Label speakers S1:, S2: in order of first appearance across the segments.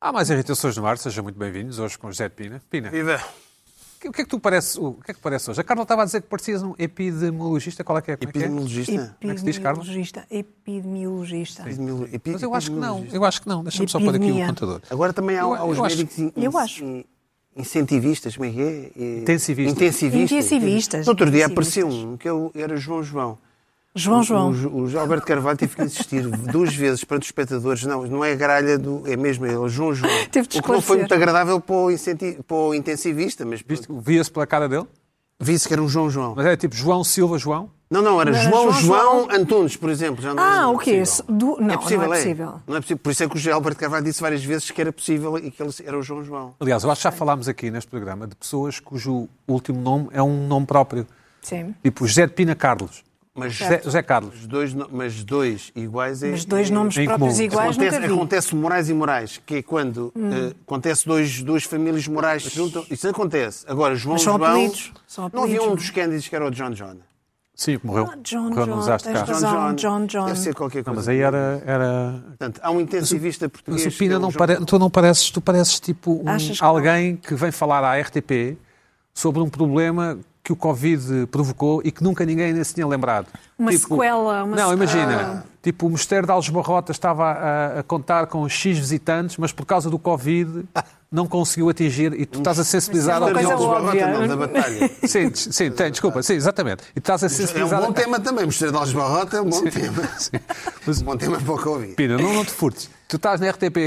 S1: Há mais irritações no ar, sejam muito bem-vindos hoje com José de Pina. Pina,
S2: Viva!
S1: o que é que tu parece, o que é que parece hoje? A Carla estava a dizer que parecias um epidemiologista, qual é que é? Como é que é?
S2: Epidemiologista?
S1: Como é que se diz, Carlos?
S3: Epidemiologista. Epidemiologista.
S2: Epidemiolo- epi-
S1: Mas eu acho que não,
S2: epidemiologista.
S1: eu acho que não. Deixa-me só pôr aqui o
S3: Epidemia.
S1: contador.
S2: Agora também há,
S1: Eu-
S2: há os
S1: eu acho-
S2: médicos in-
S3: eu
S2: in-
S3: acho.
S2: in- incentivistas, como é que é? E-
S1: Intensivistas.
S2: Intensivistas.
S3: Intensivistas.
S2: No outro dia
S3: Intensivistas.
S2: apareceu um, que eu- era João João.
S3: João
S2: O,
S3: João.
S2: Jo- o Jo- Alberto Carvalho teve que insistir duas vezes para os espectadores. Não, não é a gralha do. É mesmo, é o João João.
S3: Teve de
S2: o que não foi
S3: esclarecer.
S2: muito agradável para o, incenti- para o intensivista, mas
S1: Viste, via-se pela cara dele?
S2: vi-se que era um João João.
S1: Mas era tipo João Silva João?
S2: Não, não, era
S3: Não, era
S2: João,
S3: João
S2: João
S3: João.
S2: Antunes, por exemplo. Já não
S1: é
S3: Ah, o quê?
S2: possível.
S3: Do- Não,
S2: é possível,
S3: não é possível.
S2: Não é possível. Por isso é que o José Alberto Carvalho disse várias vezes que era possível e que ele era o João João.
S1: Aliás, eu acho que já falámos aqui neste programa de pessoas cujo último nome é um nome próprio.
S3: Sim.
S1: Tipo José de Pina Carlos.
S2: Mas
S1: José, José Carlos.
S2: Os dois, no- mas dois iguais é.
S3: Mas dois
S2: é-
S3: nomes
S1: em
S3: próprios
S1: comum.
S3: iguais
S2: acontece,
S3: nunca vi. Hum.
S2: acontece o Moraes e Moraes, que é quando eh, acontece dois, duas famílias Moraes se juntam. Isso acontece. Agora, João
S3: Mas são
S2: João.
S3: apelidos, são
S2: não havia
S3: apelidos,
S2: um
S3: não.
S2: dos Cândidos que era o John John.
S1: Sim, que morreu.
S3: Ah, John
S1: morreu
S3: John,
S1: num desastre de
S3: tens
S1: carro.
S3: razão. um John John.
S2: Deve ser qualquer
S1: Não,
S2: coisa.
S1: mas aí era... era...
S2: Portanto, há um intensivista português.
S1: Mas o
S2: que
S1: Pina
S2: é o
S1: não
S2: João-
S1: pare... tu não pareces, tu pareces tipo um-
S3: Achas que
S1: alguém que vem falar à RTP sobre um problema que o Covid provocou e que nunca ninguém ainda se tinha lembrado. Tipo,
S3: Uma sequela, uma
S1: Não,
S3: sequela.
S1: imagina. Tipo, o Mosteiro de Algebarrota estava a, a contar com X visitantes, mas por causa do Covid não conseguiu atingir e tu estás a sensibilizar
S3: Uma
S1: ao
S2: Não,
S3: coisa
S2: não,
S1: teu...
S3: boa. óbvia.
S2: não, da batalha. um
S1: Sim, des- sim, tem, desculpa, sim, exatamente. E estás a
S2: É um
S1: sensibilizar...
S2: bom tema também, Mosteiro de Algebarrota é um bom tema.
S1: Sim. Mas-
S2: Um bom tema para o Covid.
S1: Pina, não, não te furtes. Tu estás na RTP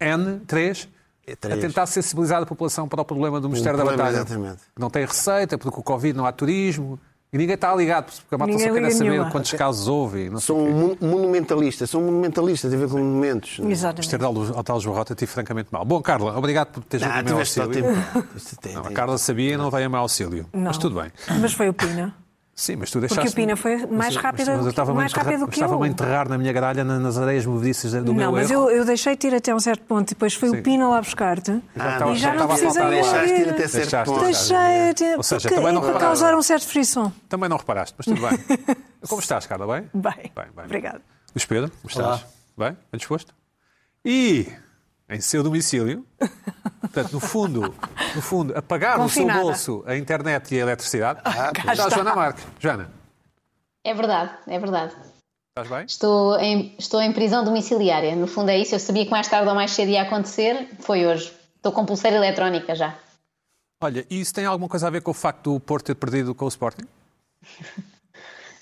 S1: N3
S2: É
S1: a
S2: três.
S1: tentar sensibilizar a população para o problema do Ministério da
S2: problema,
S1: Batalha.
S2: exatamente.
S1: Que Não tem receita, porque com o Covid não há turismo. E ninguém está ligado, porque a malta
S3: Ninguém
S1: só quer é
S3: liga
S1: saber
S3: nenhuma.
S1: quantos casos houve. e Não sei.
S2: Sou um mon- monumentalista, sou um monumentalista, tem a ver com monumentos. não é?
S1: O
S3: Exatamente.
S1: Ministério da Tal Barrota tive francamente mal. Bom, Carla, obrigado por teres vindo
S2: Ah,
S1: ao meu
S2: tiveste só
S1: auxílio.
S2: tempo. Isto tem-
S1: Não, a
S2: tem-
S1: Carla sabia e não veio ao meu auxílio.
S3: Não.
S1: Mas tudo bem.
S3: Mas foi o Pina.
S1: Sim, mas tu
S3: Porque
S1: deixaste.
S3: o Pina foi mais rápida do que, mais rápido do que
S1: Estava-me a
S3: eu.
S1: enterrar na minha gralha, na- nas areias movediças do meu
S3: Não, mas
S1: erro.
S3: eu, eu deixei-te ir até um certo ponto e depois foi
S1: Sim.
S3: o Pina lá buscar-te.
S1: Já
S2: Ah,
S1: estava-
S3: e
S1: já
S3: já não
S1: estava a
S3: precisei
S1: faltar
S3: de
S1: lá.
S2: Deixaste ir até
S3: ouvir.
S2: certo
S1: Deixaste.
S2: ponto.
S3: Deixei-te.
S1: Ou seja,
S3: porque
S1: também não
S3: é por
S1: reparava.
S3: causar um certo frisson.
S1: Também não reparaste, mas tudo bem. Como estás, Carla? Bem?
S3: Bem,
S1: Bem, bem.
S3: obrigado.
S1: Luís Pedro, como estás?
S2: Olá.
S1: Bem? Bem disposto? E em seu domicílio, portanto, no fundo, no fundo, a pagar no seu
S3: Confinada.
S1: bolso a internet e a eletricidade, está, a
S3: está.
S1: Joana Marques. Joana,
S4: É verdade, é verdade.
S1: estás bem?
S4: Estou em, estou em prisão domiciliária. No fundo é isso. Eu sabia que mais tarde ou mais cedo ia acontecer. Foi hoje. Estou com pulseira eletrónica já.
S1: Olha, e isso tem alguma coisa a ver com o facto do Porto ter perdido com o Sporting?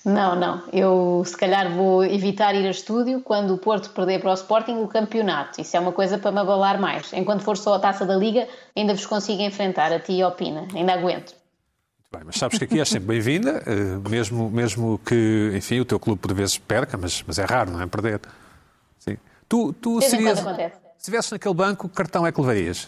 S4: Não, não. Eu se calhar vou evitar ir a estúdio quando o Porto perder para o Sporting o campeonato. Isso é uma coisa para me abalar mais. Enquanto for só a taça da Liga, ainda vos consigo enfrentar a ti e ao Pina. Ainda aguento.
S1: Bem, mas sabes que aqui és sempre bem-vinda, eh, mesmo, mesmo que, enfim, o teu clube por vezes perca, mas, mas é raro, não é? Perder. Sim. Tu, tu
S4: De vez em
S1: serias.
S4: quando acontece.
S1: Se estivesses naquele banco, que cartão é que levarias?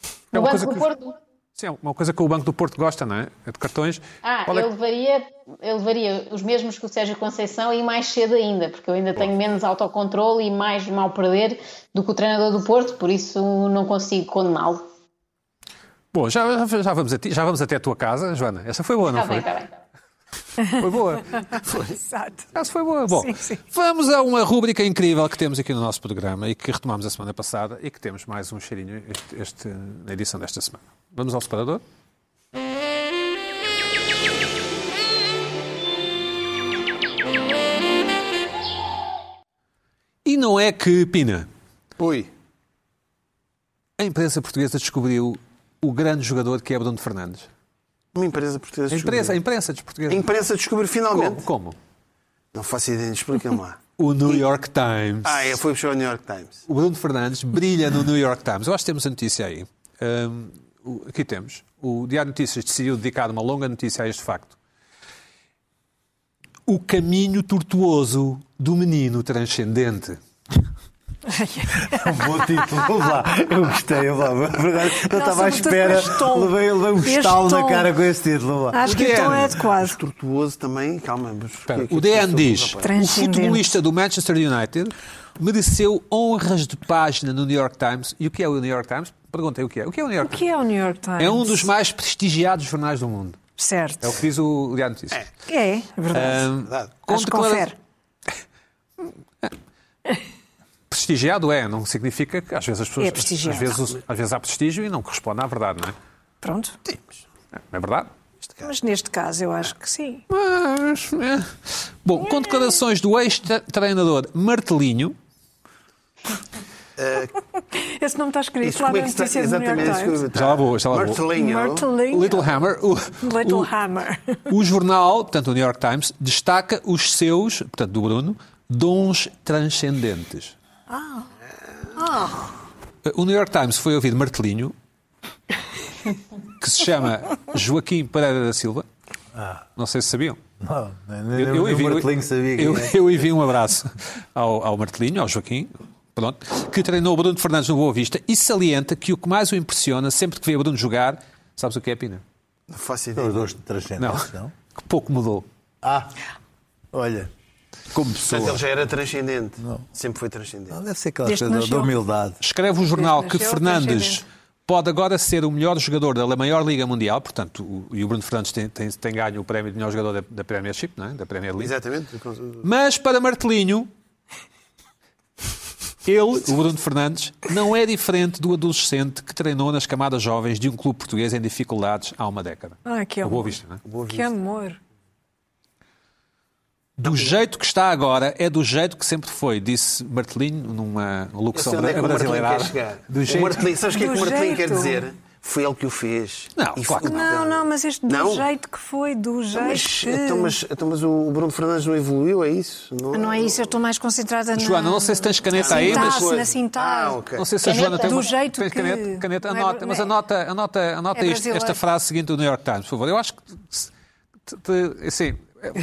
S1: É
S4: No
S1: uma
S4: Banco
S1: coisa
S4: do
S1: que-
S4: Porto,
S1: Sim, é uma coisa que o Banco do Porto gosta, não é? É de cartões.
S4: Ah,
S1: Qual é
S4: eu,
S1: que-
S4: levaria, eu levaria os mesmos que o Sérgio Conceição e mais cedo ainda, porque eu ainda tenho menos autocontrole e mais mal perder do que o treinador do Porto, por isso não consigo condená-lo.
S1: Bom, já, já- já vamos a ti- já vamos até a tua casa, Joana. Essa foi boa, não
S4: Está Tá bem,
S1: foi?
S4: está bem.
S1: Foi boa.
S3: Exato.
S1: Essa foi boa. Bom,
S3: Sim, sim.
S1: vamos a uma rúbrica incrível que temos aqui no nosso programa e que retomámos a semana passada e que temos mais um cheirinho este, este- na edição desta semana. Vamos ao separador? E não é que, Pina,
S2: Ui,
S1: a imprensa portuguesa descobriu o grande jogador que é Bruno Fernandes.
S2: uma empresa é portuguesa
S1: A imprensa, a imprensa
S2: descobriu.
S1: dos
S2: A
S1: portugueses.
S2: imprensa descobriu finalmente.
S1: Como? Como?
S2: Não faço ideia, explica-me lá.
S1: O New York Times.
S2: Ah, é, foi puxar o New York Times.
S1: O Bruno Fernandes brilha no New York Times. Eu acho que temos a notícia aí. Hum, o- aqui temos. O Diário de Notícias decidiu dedicar uma longa notícia a este facto. O caminho tortuoso do menino transcendente.
S5: Um bom título, vamos lá. Eu gostei, eu, vou- agora eu estava à
S3: sobretudo
S5: espera.
S3: com este tom.
S5: Levei, levei um
S3: Este
S5: estalo na
S3: tom.
S5: cara com esse título. vamos lá.
S3: Acho que o tom é adequado.
S2: Tortuoso também, calma. Mas
S1: Espera,
S2: porquê que
S1: o
S2: as pessoas
S1: DN
S2: são
S1: diz:
S2: rapazes?
S1: o
S3: Transcendente.
S1: futebolista do Manchester United mereceu honras de página no New York Times. E o que é o New York Times? Perguntei o que é. O que é o New
S3: O
S1: York Times?
S3: que é o New York Times?
S1: É um dos mais prestigiados jornais do mundo.
S3: Certo.
S1: É o que diz o Diário de Notícias.
S3: É, verdade.
S1: Hum,
S2: Verdade.
S1: com
S3: Acho que
S1: declara-
S3: confere.
S1: Prestigiado é, não significa que às vezes as pessoas.
S3: É prestigiado.
S1: Às vezes, às vezes há prestígio e não corresponde à verdade, não é?
S3: Pronto.
S1: Não é verdade?
S3: Mas neste caso eu acho que sim.
S1: Mas, é. Bom, com declarações do ex-treinador Martelinho,
S3: Esse nome está escrito
S2: Isso
S3: lá
S2: como é
S3: na
S2: que está
S3: notícia do New York
S2: exatamente isso que eu-
S3: Times.
S1: Já lá vou, já lá vou.
S2: Martelinho.
S3: Martelinho.
S1: Little Hammer, o,
S3: Little
S1: o-
S3: Hammer.
S1: o jornal, portanto o New York Times, destaca os seus, portanto do Bruno, dons transcendentes. O New York Times foi ouvido Martelinho, que se chama Joaquim Pereira da Silva. Não sei se sabiam.
S5: Não, nem- nem Ah. eu, o Martelinho sabia que
S1: eu,
S5: era.
S1: eu envio um abraço ao, ao Martelinho, ao Joaquim, pronto, que treinou o Bruno Fernandes no Boa Vista e salienta que o que mais o impressiona sempre que vê o Bruno jogar, sabes o que é, Pina?
S2: Não faço
S5: São
S2: ideia.
S5: Os dois transcendentes, não?
S1: Que pouco mudou.
S5: Ah, olha. Como
S2: Mas ele
S5: pessoa.
S2: já era transcendente. Sempre foi transcendente.
S5: Deve ser aquela
S3: Desde
S5: coisa da
S3: que nasceu.
S5: humildade.
S1: Escreve o jornal
S3: Desde
S1: que
S3: nasceu,
S1: Fernandes
S3: transcendente.
S1: pode agora ser o melhor jogador da maior Liga Mundial, portanto, o- e o Bruno Fernandes tem, tem- tem ganho o prémio de melhor jogador da, da Premiership, não é? da Premier League.
S2: Exatamente.
S1: Mas para Martelinho, ele, o Bruno Fernandes, não é diferente do adolescente que treinou nas camadas jovens de um clube português em dificuldades há uma década.
S3: Ah, que
S1: A boa
S3: amor.
S1: vista, não é?
S3: Que amor.
S1: Do jeito que está agora, é do jeito que sempre foi, disse Martelinho numa
S2: Eu
S1: locução
S2: sei onde é que o Martelinho quer
S1: brasileirada.
S2: chegar.
S1: Do
S2: O
S1: jeito...
S2: Martelinho, sabes o que é que o
S3: Do
S2: Martelinho quer
S3: jeito.
S2: dizer? Foi ele que o fez.
S1: Não,
S2: E
S1: claro que
S2: foi-
S3: Não, não, mas este do
S2: Não?
S3: jeito que foi, do jeito
S2: Mas,
S3: que...
S2: então, mas, então, mas o Bruno Fernandes não evoluiu, é isso?
S3: Não é isso, eu estou mais concentrada na...
S1: Joana, não sei se tens caneta aí, mas.
S3: Sintaxe, na sintaxe.
S2: Ah, ok.
S1: Não sei se a
S4: Caneta.
S1: Joana tem
S3: Do
S1: uma-
S3: jeito
S1: tem
S3: que-
S1: caneta, caneta
S3: não é-
S1: anota, mas anota, anota, anota
S3: É
S1: isto-
S3: brasileiro.
S1: esta frase seguinte do New York Times, por favor. Eu acho que. te- te- assim,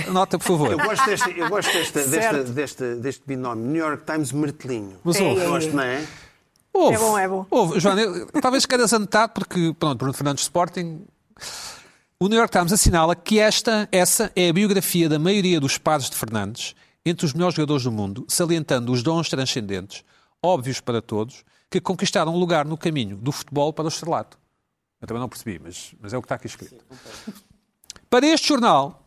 S1: anota, por favor.
S2: Eu gosto, desta, eu gosto desta, desta,
S3: Certo.
S2: desta, deste binómio, New York Times Martelinho.
S1: Mas ouve,
S3: É, é.
S2: Gosto, não é?
S1: ouve,
S3: É bom, é bom.
S1: ouve, Joana, eu- talvez queiras anotar, porque, pronto, Bruno Fernandes Sporting. O New York Times assinala que esta, essa é a biografia da maioria dos padres de Fernandes, entre os melhores jogadores do mundo, salientando os dons transcendentes, óbvios para todos, que conquistaram um lugar no caminho do futebol para o estrelato. Eu também não percebi, mas, mas é o que está aqui escrito. Para este jornal,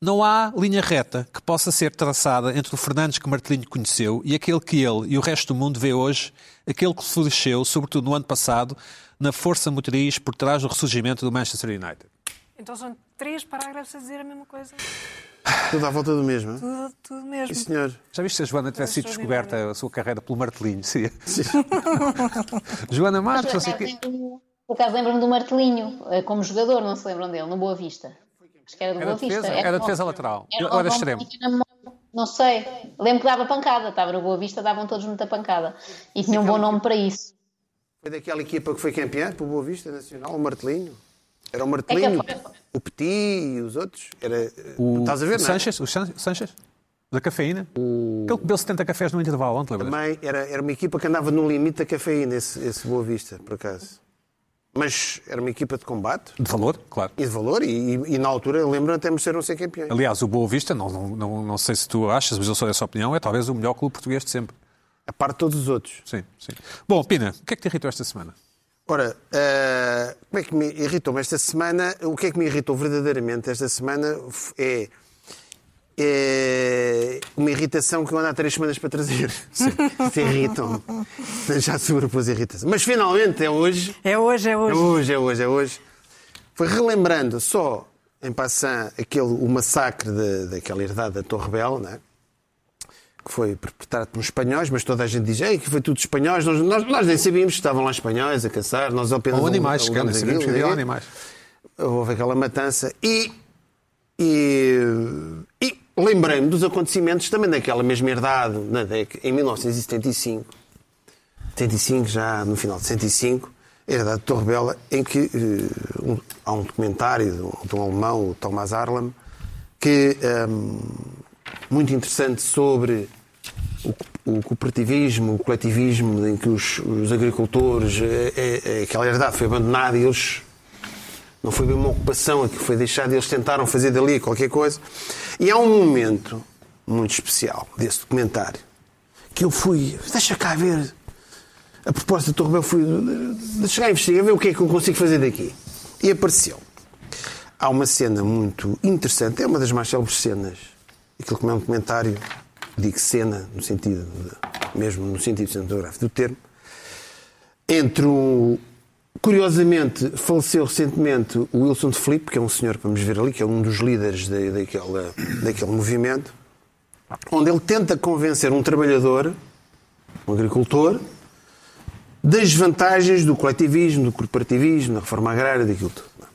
S1: não há linha reta que possa ser traçada entre o Fernandes que Martelinho conheceu e aquele que ele e o resto do mundo vê hoje, aquele que floresceu, sobretudo no ano passado, na força motriz por trás do ressurgimento do Manchester United.
S3: Então são três parágrafos a dizer a mesma coisa.
S2: Tudo à volta do mesmo. hein?
S3: Tudo, tudo mesmo.
S2: Sim, senhor.
S1: Já viste se a Joana tivesse sido descoberta a sua carreira pelo Martelinho? Seria- Joana Marques, não sei o quê.
S4: Lembro-me- Por acaso lembro-me do Martelinho, eh, como jogador, não se lembram dele, no Boa Vista. Acho que era do
S1: Era
S4: Boa
S1: defesa,
S4: Vista. é
S1: era
S4: bom.
S1: defesa lateral.
S4: Era
S1: Ou era
S4: bom,
S1: extremo.
S4: tinha na mão, Não sei. Lembro que dava pancada, estava no Boa Vista, davam todos muita pancada. E tinha um bom nome para isso.
S2: Foi daquela equipa que foi campeã para o Boa Vista Nacional, o Martelinho. Era o Martelinho,
S4: É capaz.
S2: o Petit e os outros. Era,
S1: O
S2: Estás a ver, não é?
S1: Sanches, o San- Sanches? Da cafeína? Ele que bebeu 70 cafés no intervalo ontem, lembra?
S2: Também era, era uma equipa que andava no limite da cafeína, esse, esse Boa Vista, por acaso. Mas era uma equipa de combate
S1: De valor, claro.
S2: e de valor, e, e- e na altura lembram até me ser um ser campeão.
S1: Aliás, o Boa Vista, não, não, não, não sei se tu achas, mas eu sou dessa opinião, é talvez o melhor clube português de sempre.
S2: A parte de todos os outros.
S1: Sim, sim. Bom, Pina, o que é que te irritou esta semana?
S2: Ora, eh, como é que me irritou esta semana? O que é que me irritou verdadeiramente esta semana f- é, é uma irritação que eu ando há três semanas para trazer. Se irritam. Já sobrepôs a irritação. Mas finalmente é hoje.
S3: É hoje, é
S2: É
S3: hoje.
S2: hoje, é hoje, é hoje. Foi relembrando só, em passant, aquele, o massacre da- daquela herdade da Torre Bela, não é? que foi perpetrado por espanhóis, mas toda a gente diz "Ei, que foi tudo espanhóis. Nós, nós, nós nem sabíamos que estavam lá espanhóis a caçar, nós apenas... um,
S1: Ou um animais,
S2: alugamos
S1: que nem sabemos que
S2: aquilo,
S1: havia
S2: não sei o quê."
S1: animais.
S2: Houve aquela matança e... E, e lembrei-me dos acontecimentos também naquela mesma herdade, na década, em 1975, 75, já no final de 75, era da Torre Bela, em que eh, um- há um documentário de um, de um alemão, o Thomas Arlam, que ehm, muito interessante sobre o, co- o cooperativismo, o coletivismo, em que os, os agricultores, eh, eh, eh, aquela herdade foi abandonada e eles. Não foi bem uma ocupação, aquilo foi deixado e eles tentaram fazer dali qualquer coisa. E há um momento muito especial desse documentário que eu fui. Deixa cá ver. A proposta da Torre Bel foi de chegar a investigar, ver o que é que eu consigo fazer daqui. E apareceu. Há uma cena muito interessante, é uma das mais célebres cenas. Aquilo que é um comentário digo cena, no sentido, de- mesmo no sentido cinematográfico do termo, entre um. Curiosamente, faleceu recentemente o Wilson de Filipe, que é um senhor que vamos ver ali, que é um dos líderes da- daquela, daquele movimento, onde ele tenta convencer um trabalhador, um agricultor, das vantagens do coletivismo, do corporativismo, da reforma agrária, daquilo tudo.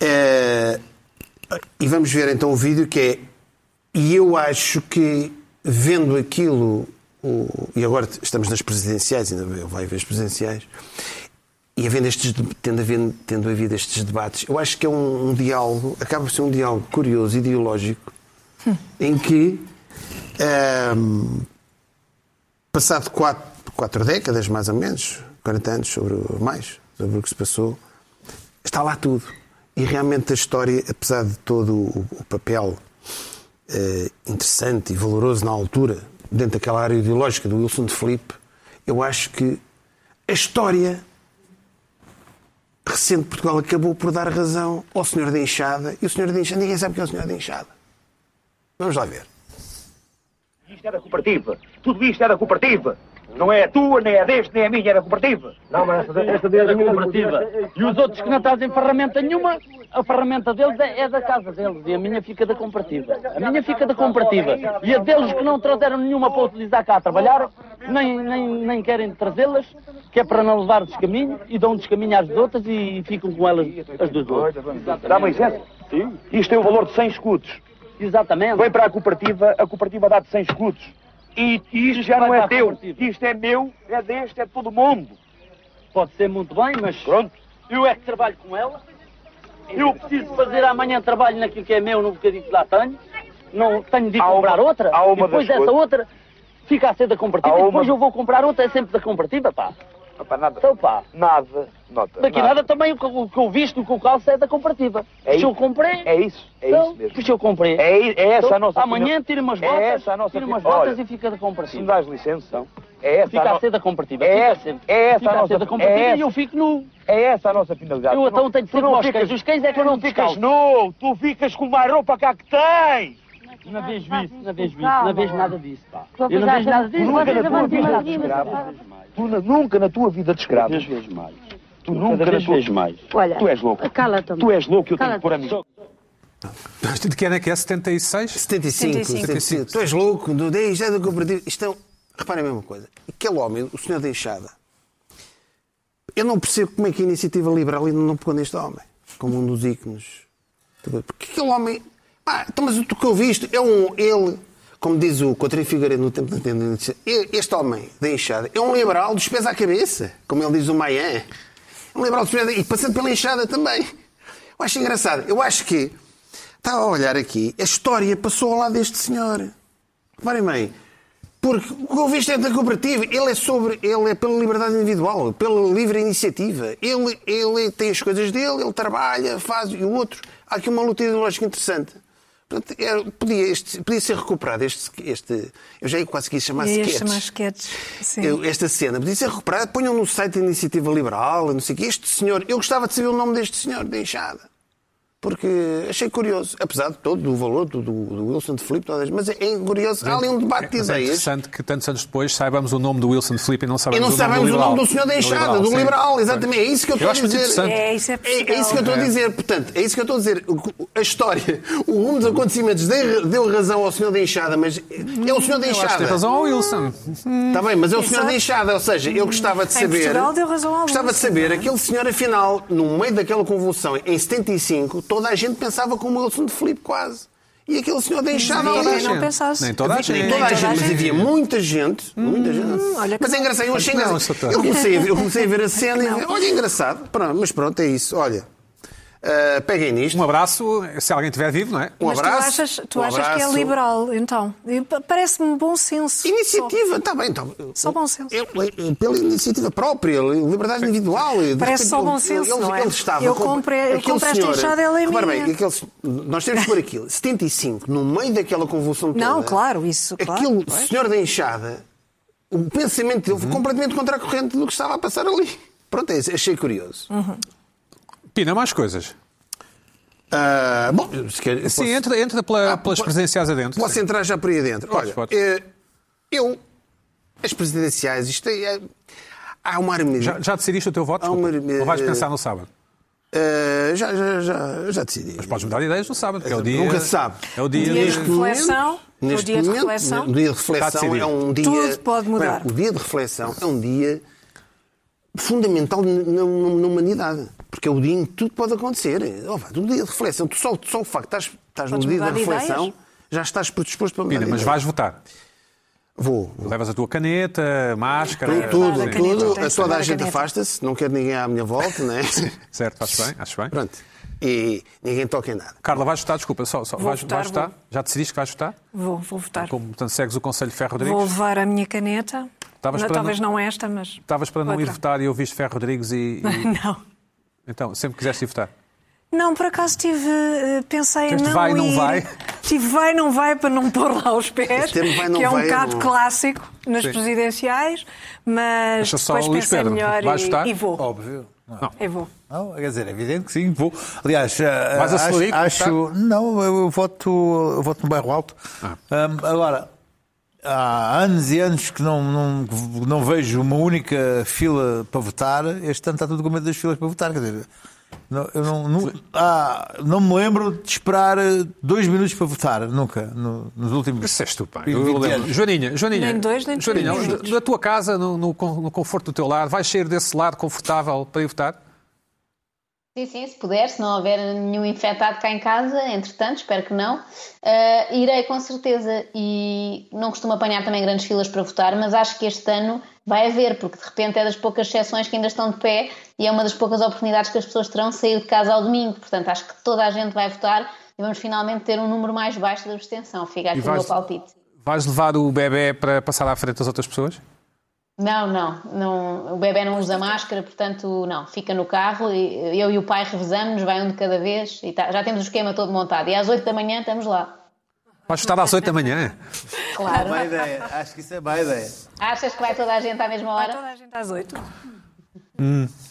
S2: Eh, E vamos ver então o vídeo que é. E eu acho que vendo aquilo, o- e agora estamos nas presidenciais, ainda vai haver as presidenciais, e havendo estes, de- tendo, havendo, tendo havido estes debates, eu acho que é um, um diálogo, acaba por ser um diálogo curioso, ideológico, em que ehm, passado quatro, quatro décadas, mais ou menos, 40 anos sobre o, mais, sobre o que se passou, está lá tudo. E realmente a história, apesar de todo o, o papel eh, interessante e valoroso na altura, dentro daquela área ideológica do Wilson de Felipe, eu acho que a história recente de Portugal acabou por dar razão ao senhor da enxada. E o senhor da enxada, ninguém sabe quem é o senhor da enxada. Vamos lá ver.
S6: Isto é da cooperativa. Tudo isto é da cooperativa. Não é a tua, nem é deste, nem é a minha, é da cooperativa.
S7: Não, mas esta, esta deles é cooperativa. E os outros que não trazem ferramenta nenhuma, a ferramenta deles é, é da casa deles. E a minha fica da cooperativa. A minha fica da cooperativa. E a deles que não trouxeram nenhuma para utilizar cá a trabalhar, nem, nem, nem querem trazê-las, que é para não levar descaminho, e dão descaminho às outras e ficam com elas, as dos outros.
S6: Dá-me licença? Sim. Isto tem o valor de 100 escudos. Vem
S7: Exatamente.
S6: para a cooperativa, a cooperativa dá-te 100 escudos. E isto já não
S7: vai para
S6: é
S7: a
S6: teu.
S7: cooperativa.
S6: Isto é meu, é deste, é de todo mundo.
S7: Pode ser muito bem, mas
S6: Pronto.
S7: eu é que trabalho com ela. Eu preciso fazer amanhã trabalho naquilo que é meu, num bocadinho que lá tenho. Não tenho de ir
S6: Há uma-
S7: comprar outra.
S6: há uma
S7: e depois
S6: das
S7: essa
S6: coisas-
S7: outra fica a ser da
S6: Há
S7: comparativa. E depois
S6: uma-
S7: eu vou comprar outra, é sempre da comparativa, pá.
S6: Não pá, nada.
S7: Então, pá.
S6: Nada. Nota.
S7: Daqui nada, também o que, o que eu visto, o que eu calço é da comparativa.
S6: É
S7: se eu
S6: isso.
S7: comprei.
S6: É isso. É
S7: então,
S6: isso mesmo.
S7: Pois eu comprei.
S6: É, i- é essa
S7: Então,
S6: a nossa
S7: Amanhã
S6: opinião.
S7: tira umas
S6: É
S7: botas,
S6: essa a nossa
S7: tira umas
S6: opinião.
S7: botas
S6: Olha,
S7: e fica da
S6: Se me
S7: comparativa.
S6: dás licença, então. É essa
S7: Fica
S6: a
S7: a
S6: no-
S7: ser da comparativa.
S6: É
S7: fica a
S6: essa-
S7: ser,
S6: é essa
S7: fica
S6: a
S7: a
S6: nossa-
S7: ser da comparativa
S6: é
S7: e eu
S6: essa-
S7: fico nu.
S6: É essa a nossa finalidade.
S7: Eu
S6: Tu
S7: então
S6: não-
S7: tenho de
S6: tu
S7: ser
S6: não
S7: como os
S6: ficas-
S7: cães. Os cães é que
S6: tu
S7: eu não
S6: ficas
S7: descalço.
S6: nu, tu ficas com mais roupa cá que tens.
S7: Não
S8: Ah,
S7: vejo
S8: tá,
S7: isso, não vejo isso, não vejo nada disso, pá. Eu não
S9: vocês
S7: vejo nada disso.
S9: acham- vocês
S7: não vejo nada
S9: avançam
S7: disso.
S9: mais aqui, mas-
S6: Tu na- nunca na tua vida de escravo.
S7: Cada vez mais.
S6: Tu nunca
S7: Cada
S6: na
S7: vez
S6: tua...
S7: vejo mais.
S9: Olha,
S6: Tu és louco.
S9: Cala-te.
S6: Tu és louco, eu tenho que
S9: Cala-te.
S6: pôr a mim.
S1: De que ano é que é? 76?
S2: 75,
S3: 75.
S2: 75. Tu és louco, do isto é do cooperativo. Isto é um- Reparem a mesma coisa. Aquele homem, o senhor da enxada, eu não percebo como é que a iniciativa liberal ainda não pegou neste homem, como um dos ícones. Porque aquele homem. Ah, então, mas o que eu vi isto é um. Ele, como diz o Coutinho Figueiredo no tempo da tendência, e- este homem da enxada é um liberal dos pés à cabeça, como ele diz o Maia. É um liberal dos pés à- e passando pela enxada também. Eu acho engraçado. Eu acho que. Estava a olhar aqui, a história passou ao lado deste senhor. Reparem bem. Porque o que eu visto é da cooperativa, ele é sobre, ele é pela liberdade individual, pela livre iniciativa. Ele, ele tem as coisas dele, ele trabalha, faz e o outro. Há aqui uma luta ideológica interessante. Portanto, era- podia, este- podia ser recuperado este, este. Eu já ia quase quis chamar
S3: E
S2: sketch.
S3: este mais sketches. Sim.
S2: Eu- esta cena podia ser recuperada, ponham no site da Iniciativa Liberal, não sei o quê. Este senhor, eu gostava de saber o nome deste senhor, da enxada. Porque achei curioso, apesar de todo do valor do, do- do Wilson de Filipe, todas, mas é, é curioso. Há ali um debate de
S1: Mas é
S2: ideias.
S1: interessante que tantos anos depois saibamos o nome do Wilson de Filipe e não
S2: E
S1: sabemos,
S2: não sabemos o
S1: liberal.
S2: nome do senhor da enxada, do
S1: sim.
S2: liberal, exatamente. É isso que eu estou a
S1: acho muito
S2: dizer.
S1: interessante.
S3: É, isso é
S2: É, é isso que eu
S3: possível.
S2: estou a
S1: É.
S2: dizer, portanto, é isso que eu estou a dizer. O- A história, um dos acontecimentos deu, deu razão ao senhor da enxada, mas é o senhor
S1: Eu
S2: da
S1: acho que tem
S2: enxada.
S1: razão ao Wilson.
S2: Está bem, mas é o senhor
S3: Exato.
S2: da enxada, ou seja, eu gostava de saber.
S3: Portugal deu razão ao
S2: Gostava de
S3: Wilson,
S2: saber,
S3: não é?
S2: aquele senhor, afinal, no meio daquela convulsão, em 75, toda a gente pensava como o Wilson de Filipe, quase. E aquele senhor da enxada,
S3: Ninguém
S2: toda a
S3: não
S2: gente.
S3: pensasse.
S1: Nem toda a
S3: Nem
S1: gente. um
S2: Toda a
S3: toda a
S2: gente, mas
S3: gente. Hum,
S2: havia muita gente, muita gente.
S3: olha que
S2: mas é engraçado, eu achei
S1: Não,
S2: engraçado.
S1: Sotero.
S2: Eu comecei a ver, eu comecei a ver a cena e olha, é engraçado. Pronto, mas pronto, é isso. Olha, ah, peguem nisto.
S1: Um abraço, se alguém estiver vivo, não é?
S2: Um
S3: Mas
S2: abraço.
S3: tu achas, tu
S2: um
S3: achas que é
S2: abraço.
S3: liberal, então? E pa- Parece-me um bom senso.
S2: Iniciativa, está bem. Tá,
S3: Só bom senso.
S2: Eu- eu- pela iniciativa própria, liberdade individual. e de
S3: Parece
S2: repente
S3: só bom
S2: ele-
S3: senso,
S2: ele-
S3: não é?
S2: ele estava
S3: Eu
S2: com-
S3: compro- eu
S2: aquele
S3: compro esta
S2: senhor-
S3: enxada, ela é
S2: repara
S3: minha.
S2: Bem, aquele, nós temos por aquilo, 75, no meio daquela convulsão toda.
S3: Não,
S1: é?
S3: claro, isso, claro,
S2: Aquele
S3: pois.
S2: senhor da enxada, o pensamento dele
S1: Uhum.
S2: foi completamente contra a corrente do que estava a
S3: Uhum.
S2: passar ali. Pronto, é isso, achei curioso.
S1: Pina, mais coisas.
S2: Ah, bom, se quer, eu
S1: Sim,
S2: posso-
S1: entra, entra pela-
S2: Ah,
S1: pelas
S2: po-
S1: presenciais adentro.
S2: Posso
S1: Sim.
S2: entrar já por aí dentro?
S1: Podes,
S2: Olha,
S1: podes.
S2: eh, eu. As presidenciais, isto é. é- Há uma harmonia.
S1: Já, já decidiste o teu voto?
S2: Há uma-
S1: Desculpa. Ou vais
S2: eh,
S1: pensar no sábado?
S2: Eh, já, já, já, já decidi. Mas
S1: Podes mudar de ideias no sábado, que é o dia...
S2: Nunca se sabe.
S1: É o dia...
S3: Dias de reflexão. É O
S2: Neste
S3: dia de
S2: momento,
S3: reflexão.
S2: O dia de
S1: Está
S2: reflexão
S1: decidido.
S2: é um dia.
S3: Tudo pode mudar.
S2: Não, o dia de reflexão é um dia fundamental na, na- na humanidade. Porque é o dia em que tudo pode acontecer. Oh, vá, um dia de reflexão. Tu só, só o facto de estás, estás no
S3: Podes
S2: dia
S3: mudar
S2: da
S3: de
S2: reflexão,
S3: ideias?
S2: já estás predisposto para mudar.
S1: Pina,
S2: de
S1: mas
S2: ideia.
S1: vais votar.
S2: Vou. vou.
S1: Levas a tua caneta, máscara...
S2: Tudo, tudo,
S3: a
S1: sim.
S3: caneta,
S2: tudo.
S3: tens de
S2: Toda
S3: levar
S2: a
S3: a
S2: gente
S3: caneta.
S2: afasta-se, não quero ninguém à minha volta, não é?
S1: Certo, acho bem, acho bem.
S2: Pronto. E ninguém toca em nada.
S1: Carla, vais votar, desculpa, só, só
S3: Vou
S1: vais,
S3: votar,
S1: vais votar?
S3: vou.
S1: Já decidiste que vais votar?
S3: Vou, vou votar.
S1: Como, portanto, segues o Conselho de Ferro Rodrigues?
S3: Vou levar a minha caneta.
S1: Estavas um
S3: Não,
S1: para
S3: talvez
S1: não-
S3: não... esta, mas.
S1: Estavas para não ir
S3: outra.
S1: votar e ouviste Ferro Rodrigues e... e-
S3: Não.
S1: Então, sempre quiseste ir votar.
S3: Não, por acaso tive. eh, Pensei em
S1: Tiveste
S3: não.
S1: vai, não
S3: ir.
S1: vai?
S3: Tive vai, não vai, para não pôr lá os pés.
S2: Esse termo vai, não
S3: que é um
S2: vai é
S3: bocado
S2: bom.
S3: clássico nas presidenciais, mas
S1: Deixa só
S3: depois
S1: o Luís
S3: pensei
S1: Pedro.
S3: melhor
S1: Vais votar? Oh.
S3: e, e vou.
S5: Óbvio. Não.
S3: Eu vou.
S5: Não, quer dizer, é evidente que sim, vou. Aliás, eh,
S1: Vais a
S5: acho,
S1: Celurico,
S5: acho- não, eu voto, eu voto no bairro alto. Ahm, agora, há anos e anos que não, não, não vejo uma única fila para votar. Este ano está tudo com medo das filas para votar. Quer dizer, não, eu não, nu- ah, não me lembro de esperar eh, dois minutos para votar, nunca, no- nos últimos.
S1: Isso é estupendo.
S5: 20
S1: Eu lembro.
S5: anos.
S1: Joaninha, Joaninha.
S3: Nem dois, nem três
S1: Joaninha,
S3: minutos.
S1: na tua casa, no, no con- no conforto do teu lar, vais sair desse lar confortável para ir votar?
S4: Sim, sim, se puder, se não houver nenhum infectado cá em casa, entretanto, espero que não, eh, irei com certeza. E não costumo apanhar também grandes filas para votar, mas acho que este ano vai haver, porque de repente é das poucas exceções que ainda estão de pé e é uma das poucas oportunidades que as pessoas terão de sair de casa ao domingo. Portanto, acho que toda a gente vai votar e vamos finalmente ter um número mais baixo de abstenção. Fica aqui o meu
S1: vais-
S4: palpite.
S1: Vais levar o bebê para passar à frente das outras pessoas?
S4: Não, não, não, o bebê não usa máscara, portanto, não, fica no carro e eu e o pai revezamos, vai um de cada vez e tá- já temos o esquema todo montado. E às 8 da manhã estamos lá.
S1: Vais votar às 8 da manhã?
S4: Claro.
S5: ideia, acho que isso é má ideia.
S4: Achas que vai toda a gente à mesma
S3: Vai
S4: hora?
S3: toda a gente às oito.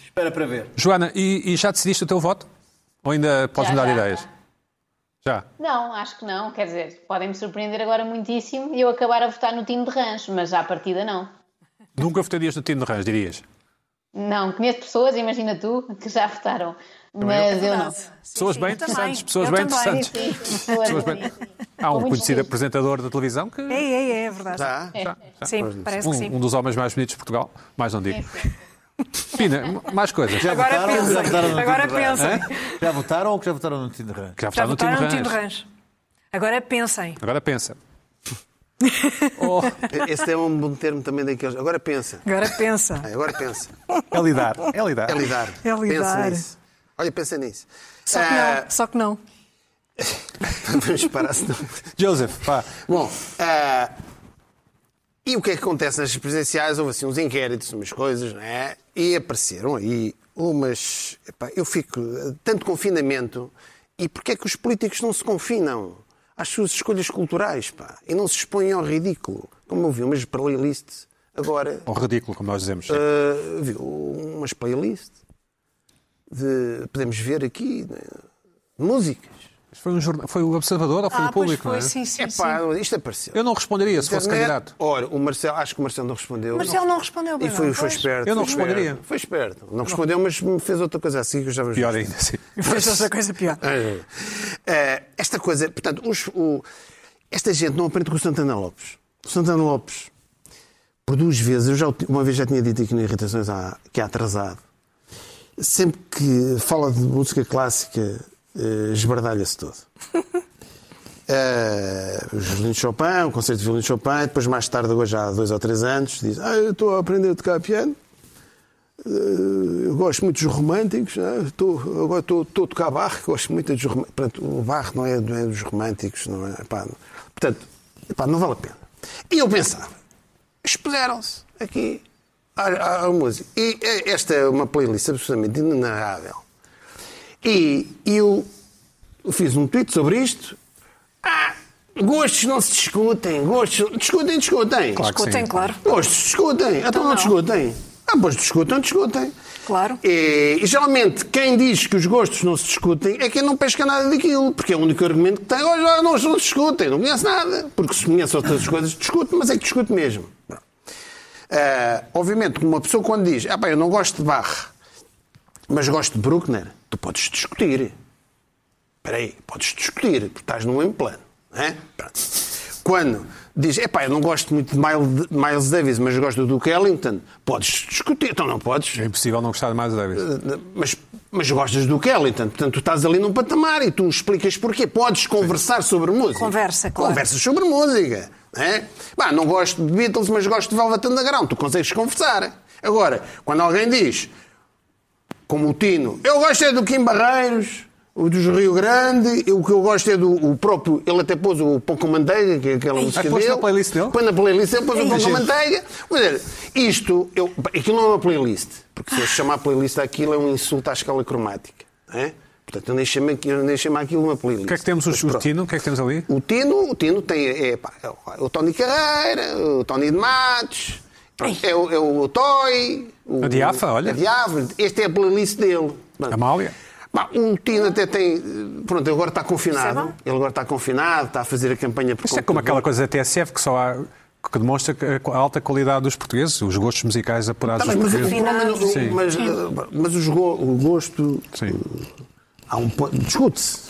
S5: Espera para ver.
S1: Joana, e, e já decidiste o teu voto? Ou ainda podes
S4: Já,
S1: mudar
S4: já,
S1: de ideias?
S4: já.
S1: Já.
S4: Não, acho que não, quer dizer, podem me surpreender agora muitíssimo e eu acabar a votar no time de rancho, mas à partida não.
S1: Nunca votarias no time de Rãs, dirias?
S4: Não, conheço pessoas, imagina tu, que já votaram, mas eu não. Sim,
S1: Pessoas bem interessantes, pessoas
S3: Eu
S1: bem
S3: também.
S1: interessantes.
S4: sim, pessoas,
S1: Pessoas bem-
S4: sim, sim.
S1: Há um
S4: Muito
S1: conhecido
S4: feliz.
S1: apresentador da televisão que.
S3: É, é, é, é verdade.
S2: Tá?
S1: Já, já.
S3: Sim, parece
S1: Um,
S3: que sim.
S1: um dos homens mais bonitos de Portugal, mais não digo.
S3: É.
S1: Pina, m- mais coisas. Já,
S3: Agora
S5: votaram? Já votaram no
S3: pensem. Agora
S5: Tinder?
S3: pensem.
S5: Já votaram ou que já votaram no Tinder?
S1: já
S3: Já
S1: votaram no time
S3: votaram no Tim
S1: Rãs.
S3: Rancho. Agora pensem.
S1: Agora pensa. Oh,
S2: Esse é um bom termo também daqueles. Agora pensa.
S3: Agora pensa.
S2: Ah, Agora pensa.
S1: é lidar, é lidar.
S2: É lidar.
S3: É lidar.
S2: Pensa nisso. Olha, pensa nisso.
S3: Só que
S2: É.
S3: não. Só que não.
S2: não. Vamos parar, senão
S1: Joseph, pá.
S2: Bom, ah, e o que é que acontece nas presenciais? Houve assim uns inquéritos, umas coisas, não é? E apareceram aí umas. epá, eu fico. eh, Tanto confinamento. E porquê é que os políticos não se confinam às suas escolhas culturais, pá? E não se expõem ao ridículo? Como eu vi umas playlists agora.
S1: Ou Oh, ridículo, como nós dizemos.
S2: ah, vi umas playlists. De, podemos ver aqui. né, Músicas.
S1: Mas Foi, um jornal, foi o Observador ou foi
S3: Ah,
S1: o Público?
S3: pois foi,
S1: não é?
S3: sim, sim,
S2: Epá, isto apareceu.
S1: Eu não responderia se fosse
S2: Internet.
S1: candidato.
S2: Ora, o Marcelo, acho que o Marcelo não respondeu.
S3: Marcelo não respondeu,
S2: E
S3: pois
S2: foi,
S3: não,
S2: foi
S3: pois.
S2: esperto.
S1: Eu não
S2: foi esperto.
S1: responderia.
S2: Foi esperto. Não respondeu, mas me fez outra coisa assim que eu já vos
S1: Pior ainda, sim.
S3: Fez outra coisa pior.
S2: Ah, ah, Esta coisa, portanto, os- o- esta gente não aprende com o Santana Lopes. O Santana Lopes produz vezes, eu já, o ti- uma vez já tinha dito aqui na Irritações há- que é atrasado. Sempre que fala de música clássica, eh, esbardalha-se todo. Eh, os violinos de Chopin, o concerto de violinos de Chopin, depois mais tarde, agora já há dois ou três anos, diz: Ah, eu estou a aprender a tocar piano, Eh, eu gosto muito dos românticos, né? estou, agora estou, estou a tocar barro, gosto muito dos românticos. Portanto, o barro não é, não é dos românticos, não é? Pá, não- portanto, pá, não vale a pena. E eu pensava, expuseram-se aqui à, à- à música. E eh, esta é uma playlist absolutamente inenarrável. E eu fiz um tweet sobre isto. Ah, gostos não se discutem, gostos. Discutem, discutem.
S1: Claro que sim.
S3: Escutem, claro.
S2: Gostos, discutem. Então, não,
S3: não.
S2: discutem. Ah, pois discutam, discutem.
S3: Claro.
S2: E, e geralmente quem diz que os gostos não se discutem é quem não pesca nada daquilo, porque é o único argumento que tem. Olha, lá, não, não se discutem, não conhece nada. Porque se conhece outras coisas, discute, mas é que discute mesmo. Pronto. Ah, obviamente, uma pessoa quando diz, ah, pá, eu não gosto de Barre, mas gosto de Bruckner, tu podes discutir. Espera aí, podes discutir, porque estás num mesmo plano. não é? Pronto. Quando diz, epá, eu não gosto muito de Miles- Miles Davis, mas gosto do Duke Ellington, podes discutir. Então não podes,
S1: É impossível não gostar de mais
S2: Eh,
S1: Davis.
S2: mas, mas gostas do Ellington. Portanto, tu estás ali num patamar e tu explicas porquê. Podes conversar sobre música.
S3: Conversa, claro.
S2: Conversas sobre música. não É? Bah, não gosto de Beatles, mas gosto de Velvet Underground. Tu consegues conversar. Agora, quando alguém diz, como o Tino, eu gosto é do Kim Barreiros, o dos Rio Grande, e o que eu gosto é do o próprio. Ele até pôs o Pão com Manteiga, que é aquela música
S1: pôs na
S2: dele.
S1: playlist dele?
S2: Põe na playlist, ele
S3: É
S2: pôs o Pão com Manteiga. Quer dizer, isto, eu, aquilo não é uma playlist, porque se eu chamar playlist aquilo é um insulto à escala cromática. não é? Portanto, eu nem chamo, aqui- eu nem chamo aquilo uma playlist.
S1: O que é que temos,
S2: Mas
S1: os, o
S2: pronto.
S1: Tino? O que é que temos ali?
S2: O Tino, o Tino tem é, pá, é o- o Tony Carreira, o Tony de Matos, pronto, é, o- é o Toy, o,
S1: A Diafa, olha. É
S2: A Diafa, este é a playlist dele. Pronto.
S1: Amália?
S2: Bah, o Tino até tem. Pronto, ele agora está
S3: Isso é
S2: confinado.
S3: bom.
S2: ele agora está confinado, está a fazer a campanha por
S1: Isto é como aquela coisa da TSF que só há, que demonstra a alta qualidade dos portugueses, os gostos musicais apurados
S2: Tá, mas,
S1: dos
S2: mas, o
S1: portugueses.
S2: problema não-
S1: Sim.
S2: mas, eh, mas os go- o gosto.
S1: Sim.
S2: Há um ponto. Discute-se.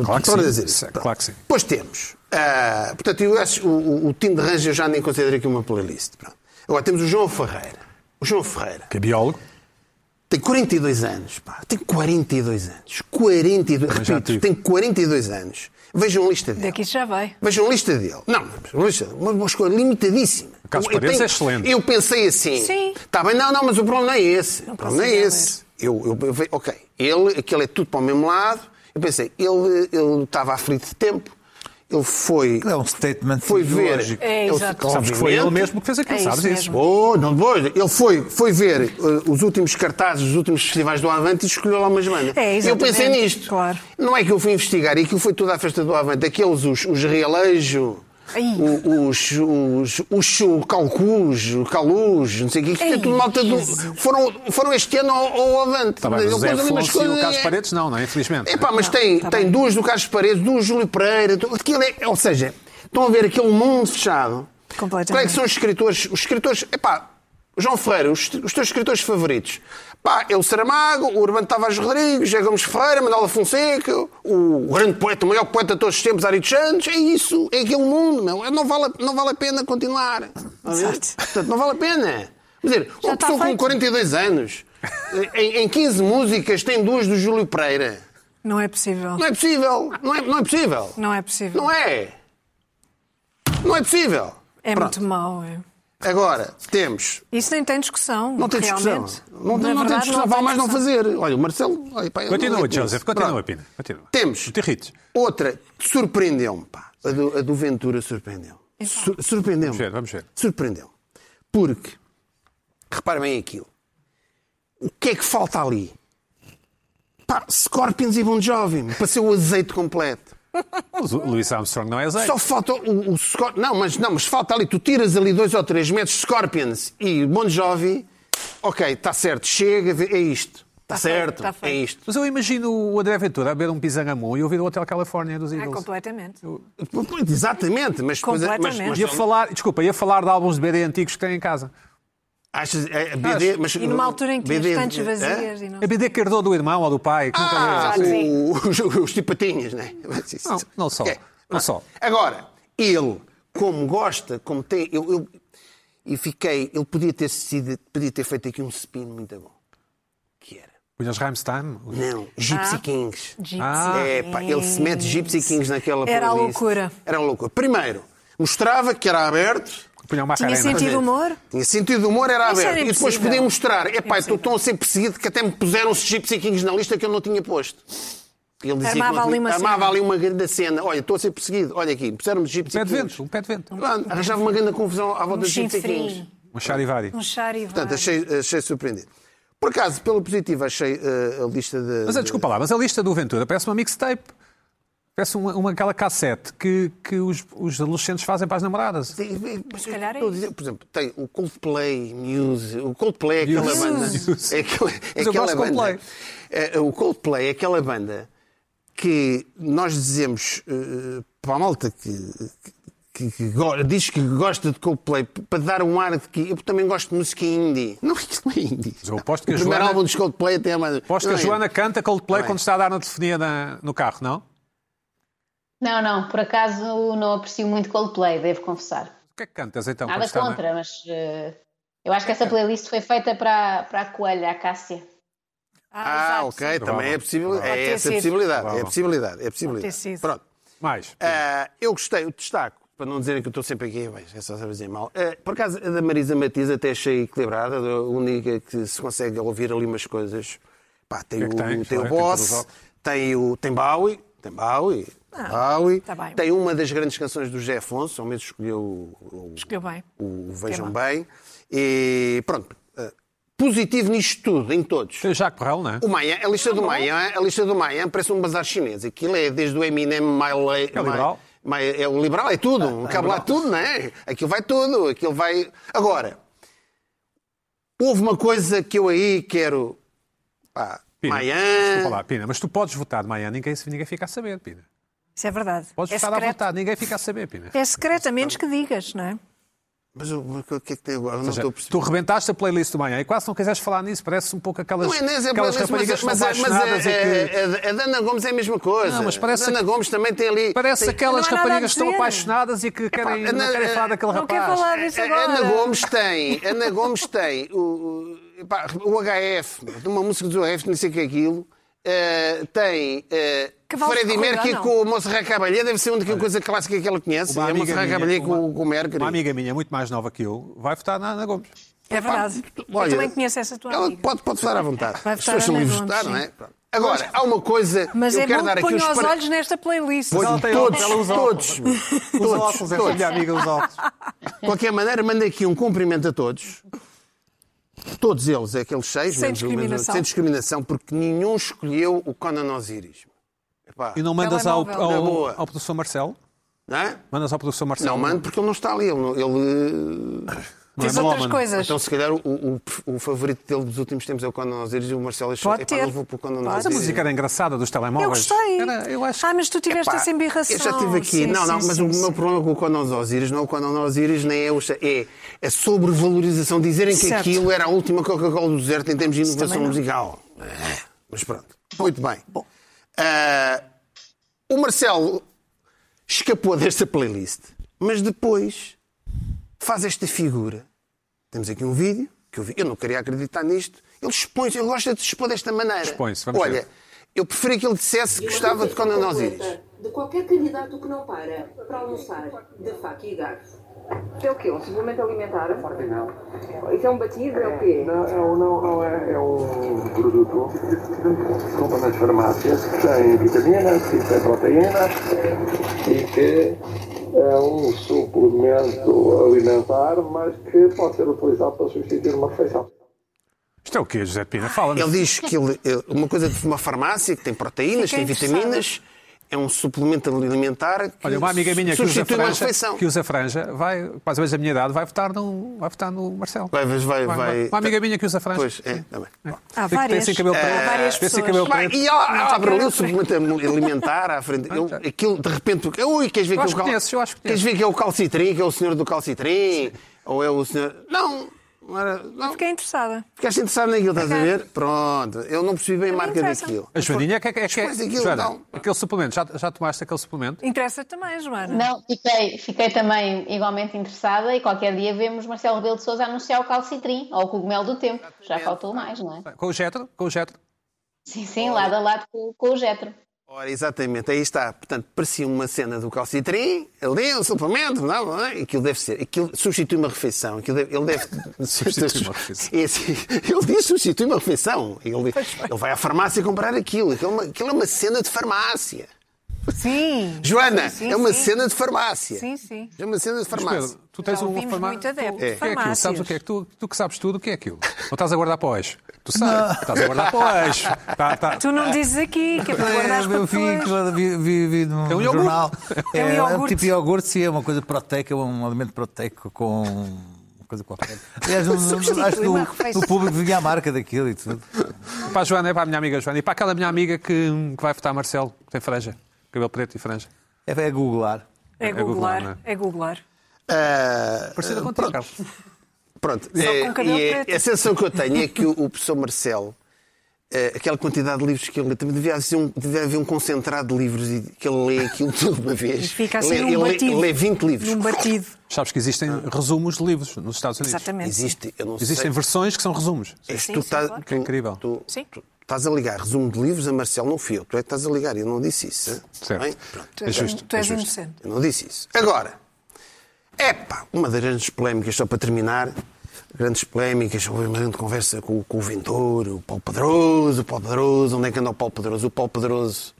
S1: Claro que
S2: Estou a
S1: sim.
S2: dizer
S1: Sim,
S2: isso.
S1: claro que sim.
S2: Depois temos. ah, portanto, eu acho, o, o, o Tim de Range eu já nem considero aqui uma playlist. Pronto. Agora temos o João Ferreira. O João Ferreira
S1: Que é biólogo.
S2: tem 42 anos, pá. Tem 42 anos. 42.
S1: Mas já
S2: Repito,
S1: tive.
S2: tem 42 anos. Vejam a lista dele.
S3: Daqui já vai.
S2: Vejam a lista dele. Não, mas a lista, uma, uma escolha limitadíssima.
S1: Carlos
S2: Eu- eu
S1: Paredes
S2: tenho-
S1: é excelente.
S2: Eu pensei assim.
S3: Sim.
S2: Está bem, não, não, mas o problema não é esse. O problema não é
S3: consigo
S2: esse. Eu, eu- eu ve- ok, ele, aquele é tudo para o mesmo lado. Eu pensei, ele, ele estava aflito de tempo. Ele foi,
S5: É um statement
S2: foi ver.
S5: ideológico.
S3: É,
S2: ele-
S3: exato.
S1: Sabes que foi ele
S2: obviamente,
S1: mesmo que fez aquilo,
S3: É isso
S1: sabes isso?
S3: mesmo.
S2: Oh, não depois. Ele foi, foi ver eh, os últimos cartazes, os últimos festivais do Avante e escolheu lá uma semana.
S3: É,
S2: eu
S3: exatamente.
S2: pensei nisto.
S3: Claro.
S2: Não é que eu fui investigar, e aquilo foi tudo à festa do Avante. Aqueles, os, os Realejo,
S3: Ai.
S2: o- os, os, os, o Calcus, o Caluz, não sei o quê, que é
S3: Ei,
S2: tudo malta do.
S3: Jesus.
S2: Foram, foram este ano ao, ao Avante.
S1: Tá bem, mas
S2: Ele
S1: o Zé
S2: pôs ali umas
S1: Afonso e o
S2: coisas-
S1: Carlos Paredes não, não é? Infelizmente.
S2: Epá, mas tem,
S3: tá
S2: tem
S3: bem.
S2: duas do Carlos Paredes, duas do Júlio Pereira, do- aquilo é- ou seja, estão a ver aquele mundo fechado.
S3: Completamente.
S2: Qual é que são os escritores? Os escritores, epá, João Ferreira, os, os teus escritores favoritos? Pá, é o Saramago, o Urbano Tavares Rodrigues, José Gomes Ferreira, Manuela Fonseca, o grande poeta, o maior poeta de todos os tempos, Ari dos Santos, é isso, é aquele mundo, meu. Não vale, a- não vale a pena continuar. Está a ver?
S3: Exato.
S2: Portanto, não vale a pena. Quer dizer,
S3: Já
S2: uma
S3: está
S2: pessoa com
S3: feito.
S2: 42 anos, em, em 15 músicas, tem duas do Júlio Pereira.
S3: Não é possível.
S2: Não é possível. Não é, não é possível.
S3: Não é possível.
S2: Não é. Não é possível.
S3: É
S2: Pronto.
S3: muito mau. é.
S2: Agora, temos.
S3: Isso nem tem discussão.
S2: Não tem discussão.
S3: realmente.
S2: Não, tem-
S3: Na
S2: não tem
S3: verdade,
S2: discussão.
S3: não
S2: Vale mais não
S3: discussão.
S2: fazer. Olha, o Marcelo. Olha, pá, eu não
S1: Continua,
S2: acredito
S1: Joseph,
S2: nisso.
S1: continua,
S2: é Pronto.
S1: Pina. Continua.
S2: Temos.
S1: Não te irrites.
S2: Outra. Surpreendeu-me, pá. A do, a do Ventura surpreendeu.
S3: Então.
S2: Sur- surpreendeu-me.
S1: Vamos ver, vamos ver.
S2: Surpreendeu. Porque, repare bem aquilo. O que é que falta ali? Pá, Scorpions e Bon Jovi. meu. Para ser o azeite completo.
S1: O Lu- Louis Armstrong não é azeite.
S2: Só falta o, o Scor- Não, mas não, mas falta ali. Tu tiras ali dois ou três metros Scorpions e Bon Jovi. Ok, está certo. Chega, vê- é isto. Está
S3: Tá
S2: certo,
S3: feito, tá feito.
S2: é isto.
S1: Mas eu imagino o André Ventura a beber um pisangamon e ouvir o Hotel Califórnia dos
S3: É,
S1: Eagles.
S3: completamente.
S2: Pois, Exatamente, mas depois- mas,
S3: Completamente.
S2: mas,
S1: ia falar, desculpa, ia falar de álbuns de BD antigos que tem em casa.
S2: achas, é, é BD, mas,
S3: E numa altura em que
S2: BD,
S3: as estantes
S2: é?
S3: vazias e não...
S1: A BD que herdou do irmão ou do pai, que nunca leu.
S2: Ah,
S3: Ah, sim.
S2: o- os, os tipatinhas, né? Mas isso-
S1: Não, não só.
S2: É,
S1: Não só.
S2: Agora, ele, como gosta, como tem. Eu, eu- e fiquei. Ele podia ter, sido, podia ter feito aqui um spin muito bom. Que era.
S1: Williams Rammstein.
S2: Não,
S3: Ah.
S2: Gypsy Kings.
S3: Gypsy
S1: Ah,
S2: É, pá, ele se mete Gypsy Kings naquela
S3: Ah. Era a
S2: playlist.
S3: loucura.
S2: Era a loucura. Primeiro, mostrava que era aberto.
S1: Punha uma
S3: Tinha
S1: carena.
S3: sentido
S2: Quer dizer,
S3: humor?
S2: Tinha sentido de humor, era
S3: Isso era
S2: aberto. e depois
S3: impossível.
S2: podia mostrar. É pá, estou
S3: Impossível.
S2: tão a ser perseguido que até me puseram os Gypsy Kings na lista que eu não tinha posto. E Ele dizia que
S3: Armava
S2: não tinha-
S3: ali uma
S2: armava
S3: cena.
S2: ali uma grande cena. Olha, estou a ser perseguido. Olha aqui, puseram-me os Gypsy
S1: Um pé de
S2: Kings.
S1: vento, um pé de vento.
S2: Pronto, arranjava uma grande confusão à volta
S3: Um
S2: dos Gypsy
S3: chifrinho.
S2: Kings.
S1: Um charivari.
S3: Um charivari.
S2: Portanto, achei, achei surpreendido. Por acaso, pelo positivo, achei eh, a lista de.
S1: Mas ah, desculpa lá, mas a lista do Ventura parece uma mixtape. Parece uma, uma- aquela cassete que, que os, os adolescentes fazem para as namoradas.
S2: Se
S3: calhar é
S2: Por exemplo, tem o Coldplay, Muse. O Coldplay é aquela
S1: Muse.
S2: banda.
S1: Muse.
S2: É aquela, é
S1: Mas eu
S2: aquela
S1: gosto de
S2: banda.
S1: Coldplay.
S2: É, o Coldplay é aquela banda que nós dizemos eh, para a malta que, que- que go- diz que gosta de Coldplay p- para dar um ar de que eu também gosto de música indie. Não, isto não é indie.
S1: Mas eu aposto que a
S2: o primeiro
S1: Joana-
S2: álbum dos Coldplay até é mais.
S1: Aposto que a
S2: Não é.
S1: Joana canta Coldplay
S2: Não é.
S1: quando está a dar na telefonia na- no carro, não? O
S4: Não, não, por acaso não aprecio muito Coldplay, devo confessar.
S1: que é que cantas então? quando
S4: Nada
S1: está na-
S4: contra, mas eh, eu acho que essa playlist foi feita para, para a Coelha, a Cássia.
S2: Ah,
S3: exato.
S2: ok, também é possível.
S1: Provável.
S2: É
S3: Pode ter
S2: essa
S3: sido.
S2: possibilidade. É
S1: Provável.
S2: possibilidade. É
S3: ter
S2: possibilidade.
S3: sido.
S2: Pronto.
S1: Mais.
S2: Ah, eu gostei, o destaco, para não dizerem que eu estou sempre aqui, bem, é só saber dizer mal. Ah, por acaso, a da Marisa Matiz até achei equilibrada, a única que se consegue ouvir ali umas coisas. Pá, tem,
S1: que é
S2: o,
S1: que tem?
S2: tem o
S1: Tem todos
S2: Boss,
S1: os
S2: tem o tem Bowie, tem Bowie, tem Bowie.
S3: tá bem.
S2: tem uma das grandes canções do José Afonso, ao menos escolheu o,
S3: Escolheu bem.
S2: o, o Vejam Bem. E pronto, ah, positivo nisto tudo, em todos.
S1: Tem o Jacques Perrel, não é?
S2: O Maia, a lista do Maia, a lista do Maia parece um bazar chinês. Aquilo é desde o Eminem, Miley,
S1: É o liberal.
S2: Miley- é o liberal, é tudo. cabe lá tudo, não é? Aquilo vai tudo, aquilo vai. Agora, houve uma coisa que eu aí quero. Pá,
S1: Pina,
S2: Maia.
S1: Desculpa lá, Pina, mas tu podes votar de manhã, ninguém, ninguém fica a saber, Pina.
S3: Isso é verdade.
S1: Podes
S3: é
S1: votar à
S3: secreto.
S1: vontade, ninguém fica a saber, Pina.
S3: É secreto, a menos que digas, não é?
S2: Mas o mas o que é que tem agora? Não
S1: Ou seja,
S2: estou a perceber.
S1: tu rebentaste a playlist do manhã e quase não quiseres falar nisso, parece um pouco aquelas,
S2: Não é, não é,
S1: aquelas
S2: mas-
S1: raparigas que
S2: mas,
S1: estão
S2: mas, é- mas
S1: apaixonadas
S2: a,
S1: e que.
S2: a, a, a Dana Gomes é a mesma coisa.
S1: Não, mas parece
S2: a Dana
S1: que-
S2: Gomes também tem ali.
S1: Parece
S2: tem-
S1: aquelas
S3: Não há nada a
S1: raparigas que estão
S3: dizer.
S1: apaixonadas e que querem,
S2: Epá,
S1: não
S2: na-
S1: querem falar daquele
S3: não quer
S1: rapaz.
S3: falar disso
S2: A-
S3: agora.
S2: Ana Gomes tem, Ana Gomes tem o, o- epá, o HF, de uma música do HF, não sei o que é aquilo. eh, tem eh,
S3: Cavalos de
S2: Freddie
S3: corrida,
S2: Mercury
S3: ou não?
S2: com o Monserrat Cabalhé, deve ser a única coisa clássica que ela conhece.
S1: Uma
S2: é o
S1: amiga
S2: Monserrat
S1: minha,
S2: Cabalhé
S1: uma-
S2: com, com o Mercury.
S1: Uma amiga minha, muito mais nova que eu, vai votar na Ana Gomes.
S3: É verdade.
S2: Olha,
S3: Eu também conheço essa tua
S2: Ela
S3: amiga.
S2: pode, pode votar à vontade.
S3: Vai
S2: As
S3: votar
S2: pessoas são
S3: Ana
S2: livres de
S3: Gomes,
S2: votar, não é?
S3: sim.
S2: Pronto. Agora, há uma coisa.
S3: Mas
S2: eu
S3: é
S2: quero
S3: bom
S2: dar
S3: que
S2: aqui os
S3: ponham os
S2: para-
S3: olhos nesta playlist.
S2: Ponho
S1: Ela tem
S2: todos,
S1: óculos, ela usa
S2: todos,
S1: Os
S2: todos,
S1: óculos, é esta
S2: todos.
S1: minha amiga, os óculos.
S2: De qualquer maneira, mando aqui um cumprimento a todos. Todos eles, aqueles seis,
S3: Sem
S2: menos o- menos o-
S3: discriminação.
S2: sem discriminação, porque nenhum escolheu o Conan Osiris. Epá,
S1: E não mandas ao, ao,
S2: Na boa.
S1: ao professor Marcelo?
S2: não é?
S1: Mandas ao professor Marcelo?
S2: Não mando porque ele não está ali. Ele, não- ele, eh,
S1: Não é
S3: Tens outras
S1: melómano.
S3: coisas.
S2: então, se calhar, o, o- o favorito dele dos últimos tempos é o Conan Osiris e o Marcelo achou
S3: Pode
S2: "Epá,
S3: ter.
S2: não vou para o Conan
S3: Pode.
S1: Mas a
S2: Osiris.
S1: música era engraçada dos telemóveis.
S3: Eu gostei.
S1: Era, eu acho
S3: Ah, mas tu tiveste
S2: Epá,
S3: essa embirração.
S2: Eu já estive aqui.
S3: Sim,
S2: não,
S3: sim,
S2: não, mas
S3: sim,
S2: o
S3: sim.
S2: meu problema com o Conan Osiris não é o Conan Osiris, nem é o. cha- É a sobrevalorização. Dizerem que
S3: Certo.
S2: aquilo era a última Coca-Cola do deserto em termos de inovação
S3: também não.
S2: musical. É, Mas pronto. Muito bem. Bom. o Marcelo escapou desta playlist, mas depois faz esta figura. Temos aqui um vídeo que eu vi. Eu não queria acreditar nisto. Ele expõe ele gosta de se expor desta maneira.
S1: Expõe-se, vamos
S2: Olha,
S1: ver.
S2: eu preferia que ele dissesse que gostava de Conan Osiris.
S9: De qualquer candidato que não para para almoçar de faca e garfo. É o quê? Um suplemento alimentar? não. Isso é um batido? É o quê?
S10: Não, é um- não, não é, é um produto que compra nas farmácias que tem vitaminas, que tem proteínas e que é um suplemento alimentar, mas que pode ser utilizado para substituir uma refeição.
S1: Isto é o quê, José Pina? Fala-nos.
S2: Ele diz que ele- ele- uma coisa de uma farmácia que tem proteínas,
S3: Fiquei
S2: tem vitaminas, é um suplemento alimentar que
S1: Olha, uma amiga minha que usa,
S2: substitui uma
S1: franja,
S2: refeição.
S1: que usa franja, vai, quase vezes a minha idade, vai votar no, vai votar no Marcelo.
S2: Vai, vai, vai,
S1: Uma amiga minha que usa franja.
S2: Pois, é, também.
S3: Há
S1: Tem-
S3: várias.
S1: Tem esse cabelo
S3: Há
S1: preto.
S3: várias
S1: tem esse
S3: pessoas.
S1: cabelo
S2: Bem,
S1: preto.
S2: e ela abre ali o suplemento alimentar à frente. Eu, aquilo, de repente, eu, ui, queres ver
S1: Eu
S2: que,
S1: acho
S2: é o
S1: que conheço, eu acho que
S2: queres
S1: conheço.
S2: ver que é o calcitrim, que é o senhor do calcitrim, ou é o senhor. Não, não era- não.
S3: Fiquei interessada.
S2: Ficaste interessado naquilo, estás a ver? Pronto, eu não percebi bem a
S3: Não
S2: marca
S3: interessa.
S2: daquilo.
S1: A Joaninha é que é. que é, que é
S2: Mas aquilo
S1: Joana,
S2: não.
S1: aquele suplemento, já, já tomaste aquele suplemento?
S3: Interessa também, Joana.
S4: Não, fiquei, fiquei também igualmente interessada e qualquer dia vemos Marcelo Rebelo de Sousa anunciar o calcitrim ou o cogumelo do tempo. Já faltou mais, não é?
S1: Com o Jetro? Com o Jetro?
S4: Sim, sim, lado a lado com, com o Jetro.
S2: Ora, exatamente, aí está. Portanto, parecia uma cena do calcitrim, ali, um suplemento, não, não, é? aquilo deve ser. Aquilo substitui uma refeição. Aquilo deve, ele deve.
S1: Substitui uma refeição.
S2: Esse- ele diz substitui uma refeição. Ele, ele vai à farmácia comprar aquilo. Aquilo é uma, aquilo é uma cena de farmácia.
S3: Sim.
S2: Joana,
S3: Sim,
S2: é uma
S3: sim.
S2: cena de farmácia.
S3: Sim, sim.
S2: É uma cena de farmácia.
S1: Pedro, tu tens
S3: Já
S1: um
S3: ouvimos
S1: farmá-
S3: muito adepto
S1: Tu- O
S3: de
S1: que é aquilo?
S3: farmácias.
S1: Sabes o que é que tu, tu que sabes tudo, o que é aquilo? Não estás a guardar para hoje. Tu sabes, estás a guardar para hoje. Tá, tá.
S3: Tu não dizes aqui, que é para guardares para
S5: Eu vi,
S3: depois.
S5: vi, vi, vi num
S1: É um iogurte.
S5: jornal.
S3: É um iogurte.
S5: tipo iogurte, sim, é uma coisa proteica, um alimento proteico com uma coisa qualquer. Aliás, não-
S3: Substitui
S5: acho que
S3: uma
S5: no,
S3: refeição.
S5: no público vinha a marca daquilo e tudo.
S1: Para a Joana, é para a minha amiga Joana. E para aquela minha amiga que, que vai votar Marcelo, que tem franja, cabelo preto e franja.
S5: É, é googlar.
S3: É
S1: googlar,
S3: googlar,
S1: não
S3: é googlar.
S2: Ah,
S1: Parecida contigo, Carlos.
S2: Pronto.
S3: com um cabelo
S2: e é-
S3: preto.
S2: a sensação que eu tenho é que o, o professor Marcelo, eh, aquela quantidade de livros que ele lê, também devia, ser um, devia haver um concentrado de livros e que ele lê aquilo tudo de uma vez.
S3: Fica assim
S2: Lê-
S3: num
S2: ele, lê-
S3: batido.
S2: lê 20 livros.
S3: Num batido.
S1: Sabes que existem resumos de livros nos Estados Unidos.
S3: Exatamente.
S2: Existe, eu não
S1: Existem
S2: sei.
S1: versões que são resumos.
S2: És
S3: Sim,
S2: tu
S3: sim,
S2: tá-
S3: claro.
S2: tu-
S1: É incrível.
S2: tu-
S3: Sim.
S2: tu Estás a ligar resumo de livros a Marcelo, não fui eu. Tu é que estás a ligar, eu não disse isso. hein?
S1: Certo.
S2: Bem, pronto.
S3: Tu
S1: É
S3: és, um
S1: justo,
S3: tu
S1: é
S3: és
S1: justo.
S3: inocente.
S2: Eu não disse isso. Agora, epá, uma das grandes polémicas, só para terminar, grandes polémicas, houve uma grande conversa com, com o Ventura, o Paulo Pedroso, o Paulo Pedroso, onde é que anda o Paulo Pedroso? O Paulo Pedroso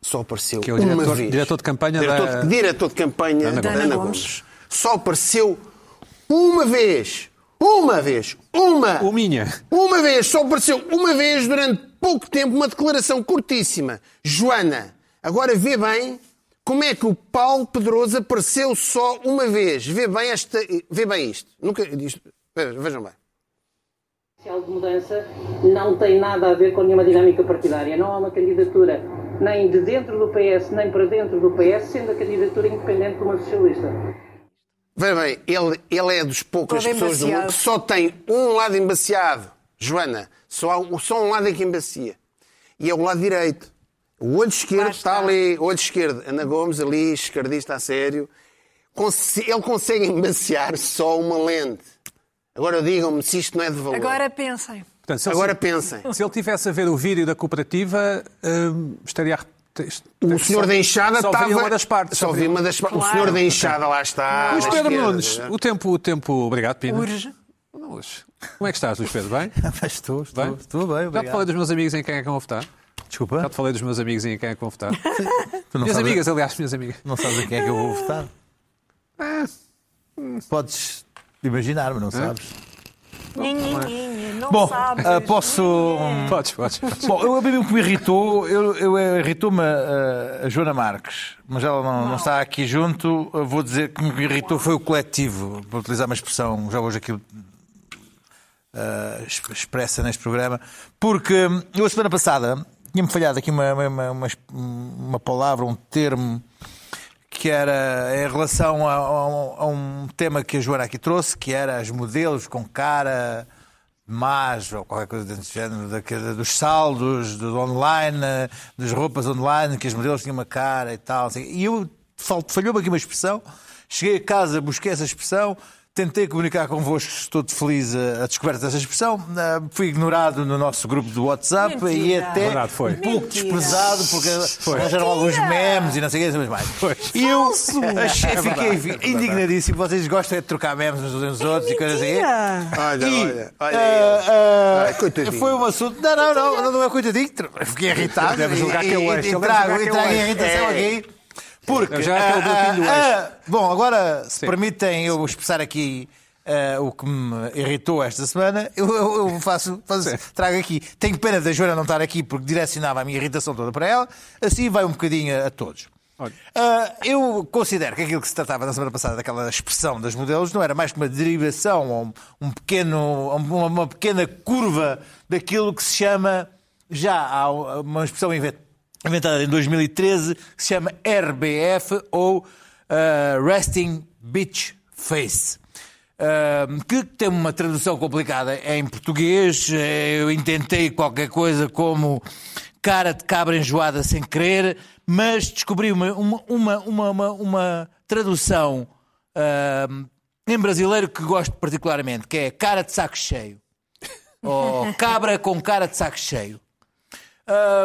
S2: só apareceu
S1: Que é o
S2: uma
S1: diretor-
S2: vez.
S1: diretor de campanha
S2: diretor,
S1: da-
S2: de- diretor de campanha
S1: Ana
S2: da
S1: Gomes.
S2: Ana Gomes. Só apareceu uma vez. Uma vez,
S3: um
S2: uma,
S1: É O Minha.
S2: uma vez, só apareceu uma vez durante pouco tempo uma declaração curtíssima. Joana, agora vê bem como é que o Paulo Pedroso apareceu só uma vez. Vê bem, esta, vê bem isto. Nunca, isto vejam vejam bem.
S8: Social de mudança não tem nada a ver com nenhuma dinâmica partidária. Não há uma candidatura nem de dentro do PS, nem para dentro do PS, sendo a candidatura independente de uma socialista.
S2: Vê bem, ele, ele é dos poucas
S3: Todo
S2: pessoas do mundo
S3: embaciado.
S2: que só tem um lado embaciado. Joana, só, há, um- só um lado é que embacia. E é o lado direito. O olho esquerdo
S3: Lá
S2: está.
S3: está.
S2: ali, o olho esquerdo. Ana Gomes ali, esquerdista a sério. Conse- Ele consegue embaciar só uma lente. Agora digam-me se isto não é de valor.
S3: Agora pensem.
S1: Portanto, se ele-
S2: Agora pensem.
S1: Se ele tivesse a ver o vídeo da cooperativa, hum, estaria. a-
S2: O senhor
S1: só-
S2: da enxada
S1: só
S2: estava.
S1: viu uma das partes.
S2: Só vi
S1: viu.
S2: uma das partes. O
S3: Claro.
S2: senhor da enxada lá está.
S1: Luís
S2: à
S1: Pedro é.
S2: esquerda.
S1: Nunes, o tempo, o tempo. Obrigado, Pina.
S3: Urge.
S1: Não, hoje. Como é que estás, Luís Pedro? Bem?
S5: Mas estou, estou,
S1: Bem?
S5: estou bem,
S1: Já te
S5: obrigado.
S1: falei dos meus amigos em quem é que vão votar. Já
S5: Desculpa,
S1: te falei dos meus amigos em quem é que vão votar.
S5: tu não
S1: minhas
S5: sabes,
S1: amigas, aliás, minhas amigas.
S5: não sabes a quem é que eu vou votar.
S1: É.
S5: Podes imaginar, mas não sabes.
S3: Nhinhinhinho, Não
S5: Bom,
S3: sabes.
S5: ah, posso...
S1: Podes, podes.
S5: Bom, eu, a mim o que me irritou, eu, eu- eh, irritou-me a, a Joana Marques, mas ela não, não está aqui junto. Eu vou dizer que me irritou foi o coletivo, para utilizar uma expressão já hoje aqui ah, ex- expressa neste programa, porque hum, eu a semana passada tinha-me falhado aqui uma, uma, uma- uma, exp- uma palavra, um termo que era em relação a, a um- a um tema que a Joana aqui trouxe, que era as modelos com cara más ou qualquer coisa desse género, daquele- dos saldos, do online, eh, das roupas online, que as modelos tinham uma cara e tal. assim. E eu fal- falhou-me aqui uma expressão, cheguei a casa, busquei essa expressão, tentei comunicar convosco, estou feliz a, a descoberta dessa expressão, ah, fui ignorado no nosso grupo do WhatsApp e
S3: Mentira.
S5: até
S1: Verdade, foi.
S5: um pouco
S3: Mentira.
S5: desprezado, porque arranjaram alguns memes e não sei o que mas mais. E eu
S1: É
S5: achei, É, fiquei indignadíssimo. Vocês gostam é de trocar memes uns dos outros e coisas assim.
S3: Mentira.
S2: Olha,
S5: E,
S2: olha, olha.
S1: eh,
S5: ah, ah,
S2: Ai, coitadinho.
S5: Foi um assunto. Não, não, não, não, não é coitadinho. tr- Fiquei irritado.
S1: Deve julgar
S5: E-
S1: que é o
S5: e-
S1: eixo, ele
S5: E
S1: deve julgar
S5: trago,
S1: que
S5: e
S1: é o
S5: trago a
S1: eixo.
S5: irritação
S2: É.
S5: aqui. Porque.
S1: Deve julgar que é o
S5: ah,
S1: bloquinho do
S5: ah, ah, bom, agora, se permitem eu expressar aqui. ah, o que me irritou esta semana, eu, eu- eu faço, faço- trago aqui. Tenho pena da Joana não estar aqui porque direcionava a minha irritação toda para ela, assim vai um bocadinho a todos.
S1: Olha.
S5: Ah, eu considero que aquilo que se tratava na semana passada, daquela expressão das modelos, não era mais que uma derivação ou um, um pequeno, uma, uma pequena curva daquilo que se chama, já há uma expressão inven- inventada em 2013, que se chama RBF ou ah, Resting Beach Face. Ahm, que tem uma tradução complicada É em português. Eh, Eu intentei qualquer coisa como cara de cabra enjoada sem querer, mas descobri uma, uma, uma, uma, uma- uma tradução ahm, em brasileiro que gosto particularmente, que é cara de saco cheio. Ou cabra com cara de saco cheio.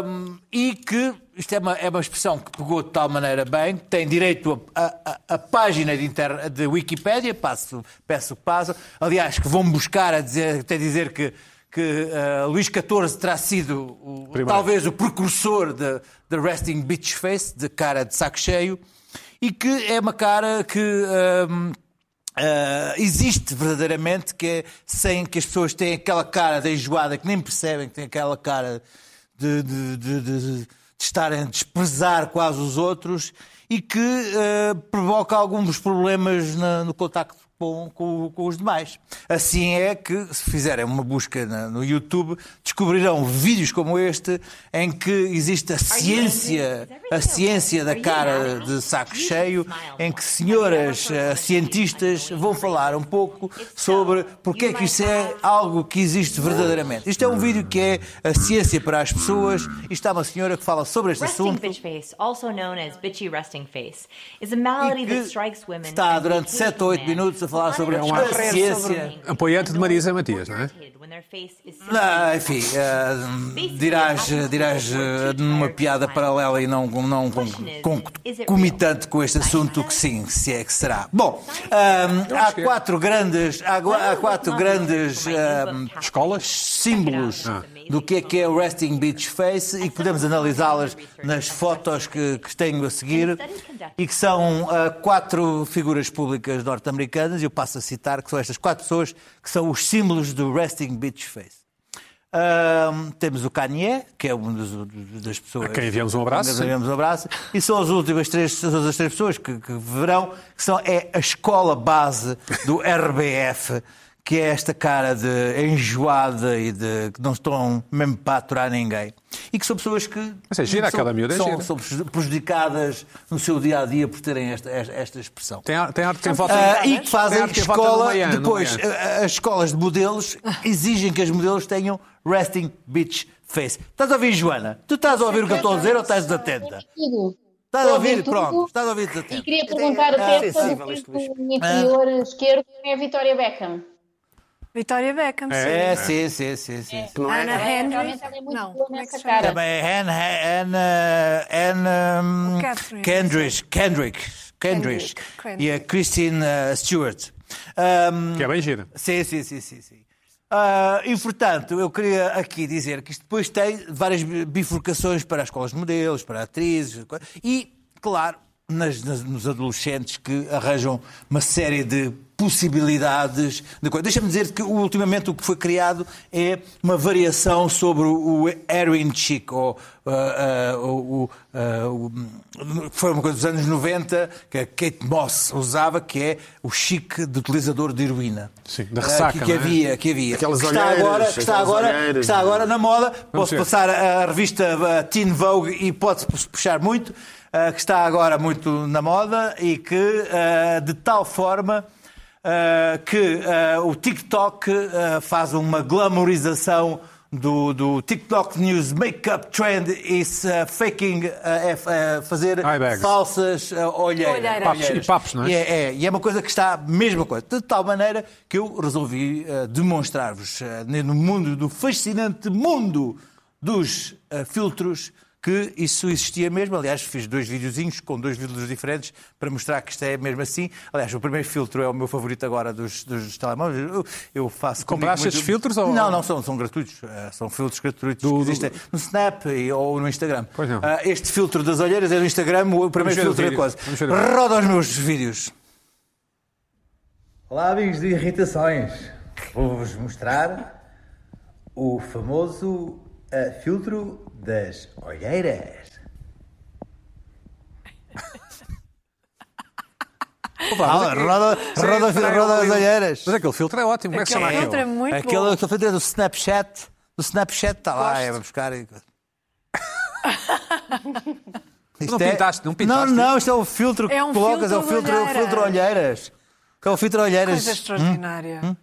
S5: Um, e que isto é uma, é uma expressão que pegou de tal maneira bem, que tem direito a, a- a- a página de, inter, de Wikipédia, passo, peço o passo. Aliás, que vão buscar a dizer, até dizer que, que eh, Luís XIV terá sido o-
S1: Primeiro.
S5: talvez o precursor da da resting bitch face, de cara de saco cheio, e que é uma cara que ehm, eh, existe verdadeiramente, que é sem que as pessoas têm aquela cara de enjoada, que nem percebem que têm aquela cara de, de, de- de- de estarem a desprezar quase os outros e que eh, provoca alguns problemas na- no contacto com, com- com os demais. Assim é que, se fizerem uma busca na- no YouTube, descobrirão vídeos como este em que existe a ciência, a ciência da cara de saco cheio, em que senhoras eh, cientistas vão falar um pouco sobre porque é que isso é algo que existe verdadeiramente. Isto é um vídeo que é a ciência para as pessoas e está uma senhora que fala sobre este
S11: Resting
S5: assunto
S11: bitch face, also known as bitchy resting face, is a malady
S5: e que
S11: that strikes women.
S5: está
S11: and
S5: durante
S11: occasionally
S5: 7 ou 8 minutos a falar sobre
S1: um
S5: a
S1: ato
S5: ciência.
S1: Apoiante de Marisa Matias, não é?
S11: irritated when their face is
S5: Não, Ah, enfim, eh, dirás, dirás eh, numa piada paralela e não, não con- con- concomitante com este assunto que sim, se é que será. Bom, ahm, há quatro grandes, há, gua- há quatro grandes ahm,
S1: Escolas?
S5: símbolos do que é que é o Resting Beach Face e que podemos analisá-las nas fotos que, que tenho a seguir e que são ah, quatro figuras públicas norte-americanas, e eu passo a citar, que são estas quatro pessoas que são os símbolos do Resting Beach Face. Ahm, temos o Kanye, que é uma das, das pessoas.
S1: A quem enviamos um abraço,
S5: Nós
S1: sim.
S5: enviamos um abraço. E são as últimas três, são as três pessoas que, que verão, que são, é a escola base do RBF, que é esta cara de enjoada e de que não estão mesmo para aturar ninguém. E que são pessoas que.
S1: Mas é gira
S5: são,
S1: aquela miúda, é
S5: são-
S1: gira.
S5: são prejudicadas no seu dia a dia por terem esta, esta, esta expressão.
S1: Tem, ar- tem arte, tem voto.
S5: Ah, e que fazem
S1: Tem arte e voto é? no
S5: escola,
S1: Maiano, no
S5: depois
S1: Maiano.
S5: ah, as escolas de modelos exigem que as modelos tenham resting bitch face. Estás a ouvir, Joana? Tu estás a ouvir o que eu estou a dizer ou estás desatenta?
S4: Tudo.
S5: Estás a ouvir?
S4: Tudo.
S5: Pronto, estás a ouvir
S4: E
S5: desatenta.
S4: queria perguntar até sobre
S2: sensível É este bicho. Ah.
S4: o interior esquerdo quem é a Vitória Beckham.
S3: Vitória Beckham, sim.
S5: É, sim, sim, sim, sim.
S2: Não
S3: Ana
S2: é?
S3: Henry.
S4: Realmente ela é muito
S3: Não,
S4: boa
S3: como é que
S4: nessa
S3: se chama?
S4: cara.
S5: Também é Anne, Anne, Anne, hum,
S3: Catherine.
S5: Kendrick, Kendrick, Kendrick,
S3: Kendrick.
S5: e a Christine ah, Stewart. Um,
S1: Que é bem gira.
S5: Sim, sim, sim, sim. sim. Ah, e, portanto, eu queria aqui dizer que isto depois tem várias bi- bifurcações para as escolas de modelos, para atrizes co- e, claro, nas- nas- nos adolescentes que arranjam uma série de possibilidades de coisas. Deixa-me dizer que ultimamente o que foi criado é uma variação sobre o heroin chic, ou ah, ah, o- o- ah, o- foi uma coisa dos anos 90 que a Kate Moss usava, que é o chic de utilizador de heroína.
S1: Sim, da
S5: Ah,
S1: ressaca,
S5: que, que
S1: não é?
S5: havia, que havia.
S2: Aquelas
S5: que está
S2: olheiras,
S5: agora, que está
S2: aquelas
S5: agora,
S2: olheiras. é?
S5: que está agora na moda. Posso
S1: ver.
S5: passar a a revista a Teen Vogue e pode-se puxar muito, ah, que está agora muito na moda e que ah, de tal forma ah, que ah, o TikTok ah, faz uma glamorização do, do TikTok News Makeup Trend is ah, faking, ah, é, ah, fazer
S1: Eye bags.
S5: falsas ah, olheiras.
S3: Olheiras.
S1: Papos e papos, não é?
S5: E é, e é uma coisa que está a mesma coisa. De tal maneira que eu resolvi eh, demonstrar-vos eh, no mundo, no fascinante mundo dos eh, filtros, que isso existia mesmo. Aliás, fiz dois videozinhos com dois filtros diferentes para mostrar que isto é mesmo assim. Aliás, o primeiro filtro é o meu favorito agora dos, dos telemóveis. Eu, eu faço. comigo
S1: Compraste
S5: muito-
S1: estes filtros ou-
S5: Não, não, são, são gratuitos. Eh, São filtros gratuitos
S1: Do-
S5: que
S1: do-
S5: existem no Snap e- ou no Instagram.
S1: Pois não.
S5: Ah, este filtro das olheiras é do Instagram, o primeiro
S1: ver o
S5: filtro é
S1: vídeo.
S5: quase.
S1: Vamos ver o vídeo.
S5: Roda os meus vídeos.
S12: Olá, amigos de Irritações. Vou-vos mostrar o famoso ah, filtro das olheiras.
S5: Ah, roda, roda, roda, as olheiras.
S1: é Mas aquele filtro é ótimo. Como é que se chama
S3: Aquele filtro é
S1: aquilo?
S3: muito
S5: Aquele
S3: bom.
S5: aquele filtro é do Snapchat. Do Snapchat está lá, é para buscar. e- Isto é-
S1: pintaste, não pintaste.
S5: Não, não, isto é o filtro que
S3: É um
S5: colocas, é o
S3: filtro de
S5: filtro,
S3: olheiras.
S5: é o filtro olheiras. É o filtro olheiras.
S3: Coisa extraordinária.
S5: hum,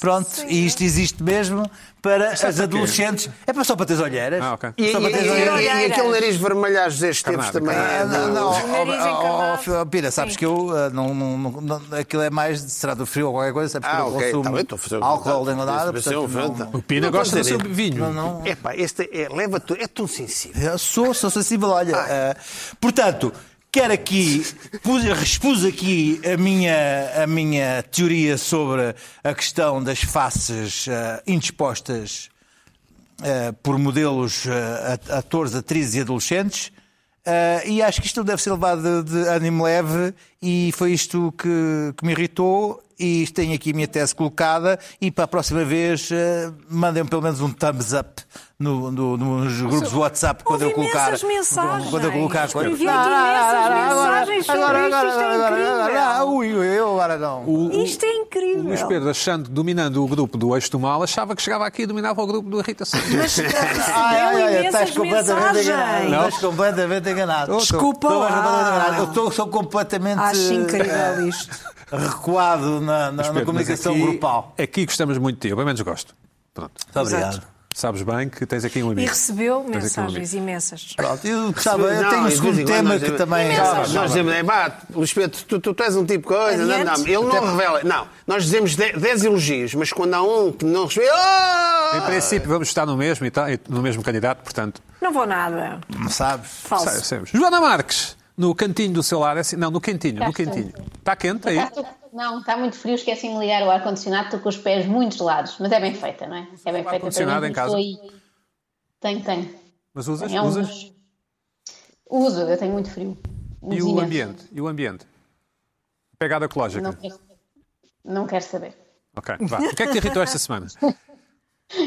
S5: Pronto, e isto existe mesmo para as
S1: para quê?
S5: adolescentes. É para só para teres olheiras.
S1: Ah, ok.
S2: E,
S5: Só para
S2: e-
S5: teres
S2: e-
S5: olheiras.
S2: e
S3: olheiras.
S2: aquele nariz vermelho às vezes temos
S1: Carnado,
S2: também.
S5: Ah,
S2: é do-
S5: não, não,
S3: O nariz
S5: oh, oh,
S3: encarnado.
S5: oh, oh, Pira, sabes que eu ah, não, não, não, não- aquilo é mais será do frio ou qualquer coisa, sabes que
S2: Ah,
S5: eu não
S2: ok, tá
S5: consumo
S2: bem, estou a fazer uma
S5: álcool nem
S2: vontade.
S5: nada,
S2: Deve ser
S5: portanto,
S2: uma
S5: não,
S2: vontade.
S1: O Pina
S2: Não
S1: gosta do
S2: gosto
S1: seu
S2: dele.
S1: vinho.
S2: Epá, este é, leva tu, é tão sensível.
S5: Eu sou, sou sensível, olha. ah, eh, portanto, Quero aqui, pus, expus aqui a minha, a minha teoria sobre a questão das faces ah, indispostas ah, por modelos, ah, at- atores, atrizes e adolescentes. Ah, e acho que isto não deve ser levado de, de ânimo leve, e foi isto que, que me irritou. E tenho aqui a minha tese colocada. E para a próxima vez, ah, mandem pelo menos um thumbs up no- no- nos grupos do WhatsApp quando eu
S3: Houve
S5: colocar.
S3: imensas mensagens.
S5: Quando eu colocar
S3: Escrevi aqui imensas mensagens sobre isto, isto é incrível.
S5: ui, ui, eu agora não.
S3: Isto é
S1: O Luís
S3: incrível.
S1: Pedro, achando, dominando o grupo do Eixo do Mal, achava que chegava aqui e dominava o grupo do irritação.
S3: Mas recebeu
S5: estás
S3: imensas
S5: completamente enganado.
S3: mensagens.
S5: Estás completamente enganado. Estou-
S3: Desculpa
S5: estou- estou
S3: lá.
S5: completamente enganado. Eu estou, sou completamente
S3: Acho
S5: eh,
S3: incrível isto.
S5: recuado na, na- na
S1: Pedro, mas
S5: comunicação
S1: aqui-
S5: grupal. Tá.
S1: Aqui gostamos muito de ti, eu pelo menos gosto. Pronto.
S5: Muito obrigado. Exato.
S1: Sabes bem que tens aqui um amigo.
S3: E recebeu
S2: é
S1: Tens aqui um amigo.
S3: mensagens imensas.
S5: Pronto, eu, sabe, eu tenho
S2: Não,
S5: um
S2: e de vez
S5: segundo
S2: em quando
S5: tema
S2: nós
S5: que
S2: dizemos-
S5: também.
S2: Calma,
S5: Sabe,
S2: Nós dizemos, é, pá, Luís Pedro, tu, tu, tu és um tipo coisa. Não, não,
S3: Adiante.
S2: ele não revela. Não, nós dizemos 10 elogios, mas quando há um que não "Ah!" recebeu.
S1: Em princípio, vamos estar no mesmo, e tal, e no mesmo candidato, portanto.
S3: Não vou nada.
S5: não sabes.
S1: sa-
S3: Falso.
S1: sabemos. Joana Marques, no cantinho do seu lar, é assim- não, no quentinho, no quentinho. Está quente aí?
S4: Tá Não, está muito frio, esqueci-me de ligar o ar-condicionado, estou com os pés muito gelados, mas é bem feita, não é? É bem feita.
S1: ar-condicionado
S4: para mim,
S1: em casa?
S4: estou aí. Tenho, tenho.
S1: Mas usas?
S4: É um-
S1: usas?
S4: Uso, eu tenho muito frio.
S1: E
S4: Uso
S1: o
S4: imenso.
S1: ambiente? E o ambiente? Pegada ecológica.
S4: Não quero, não quero saber.
S1: Ok, vá. O que é que te irritou esta semana?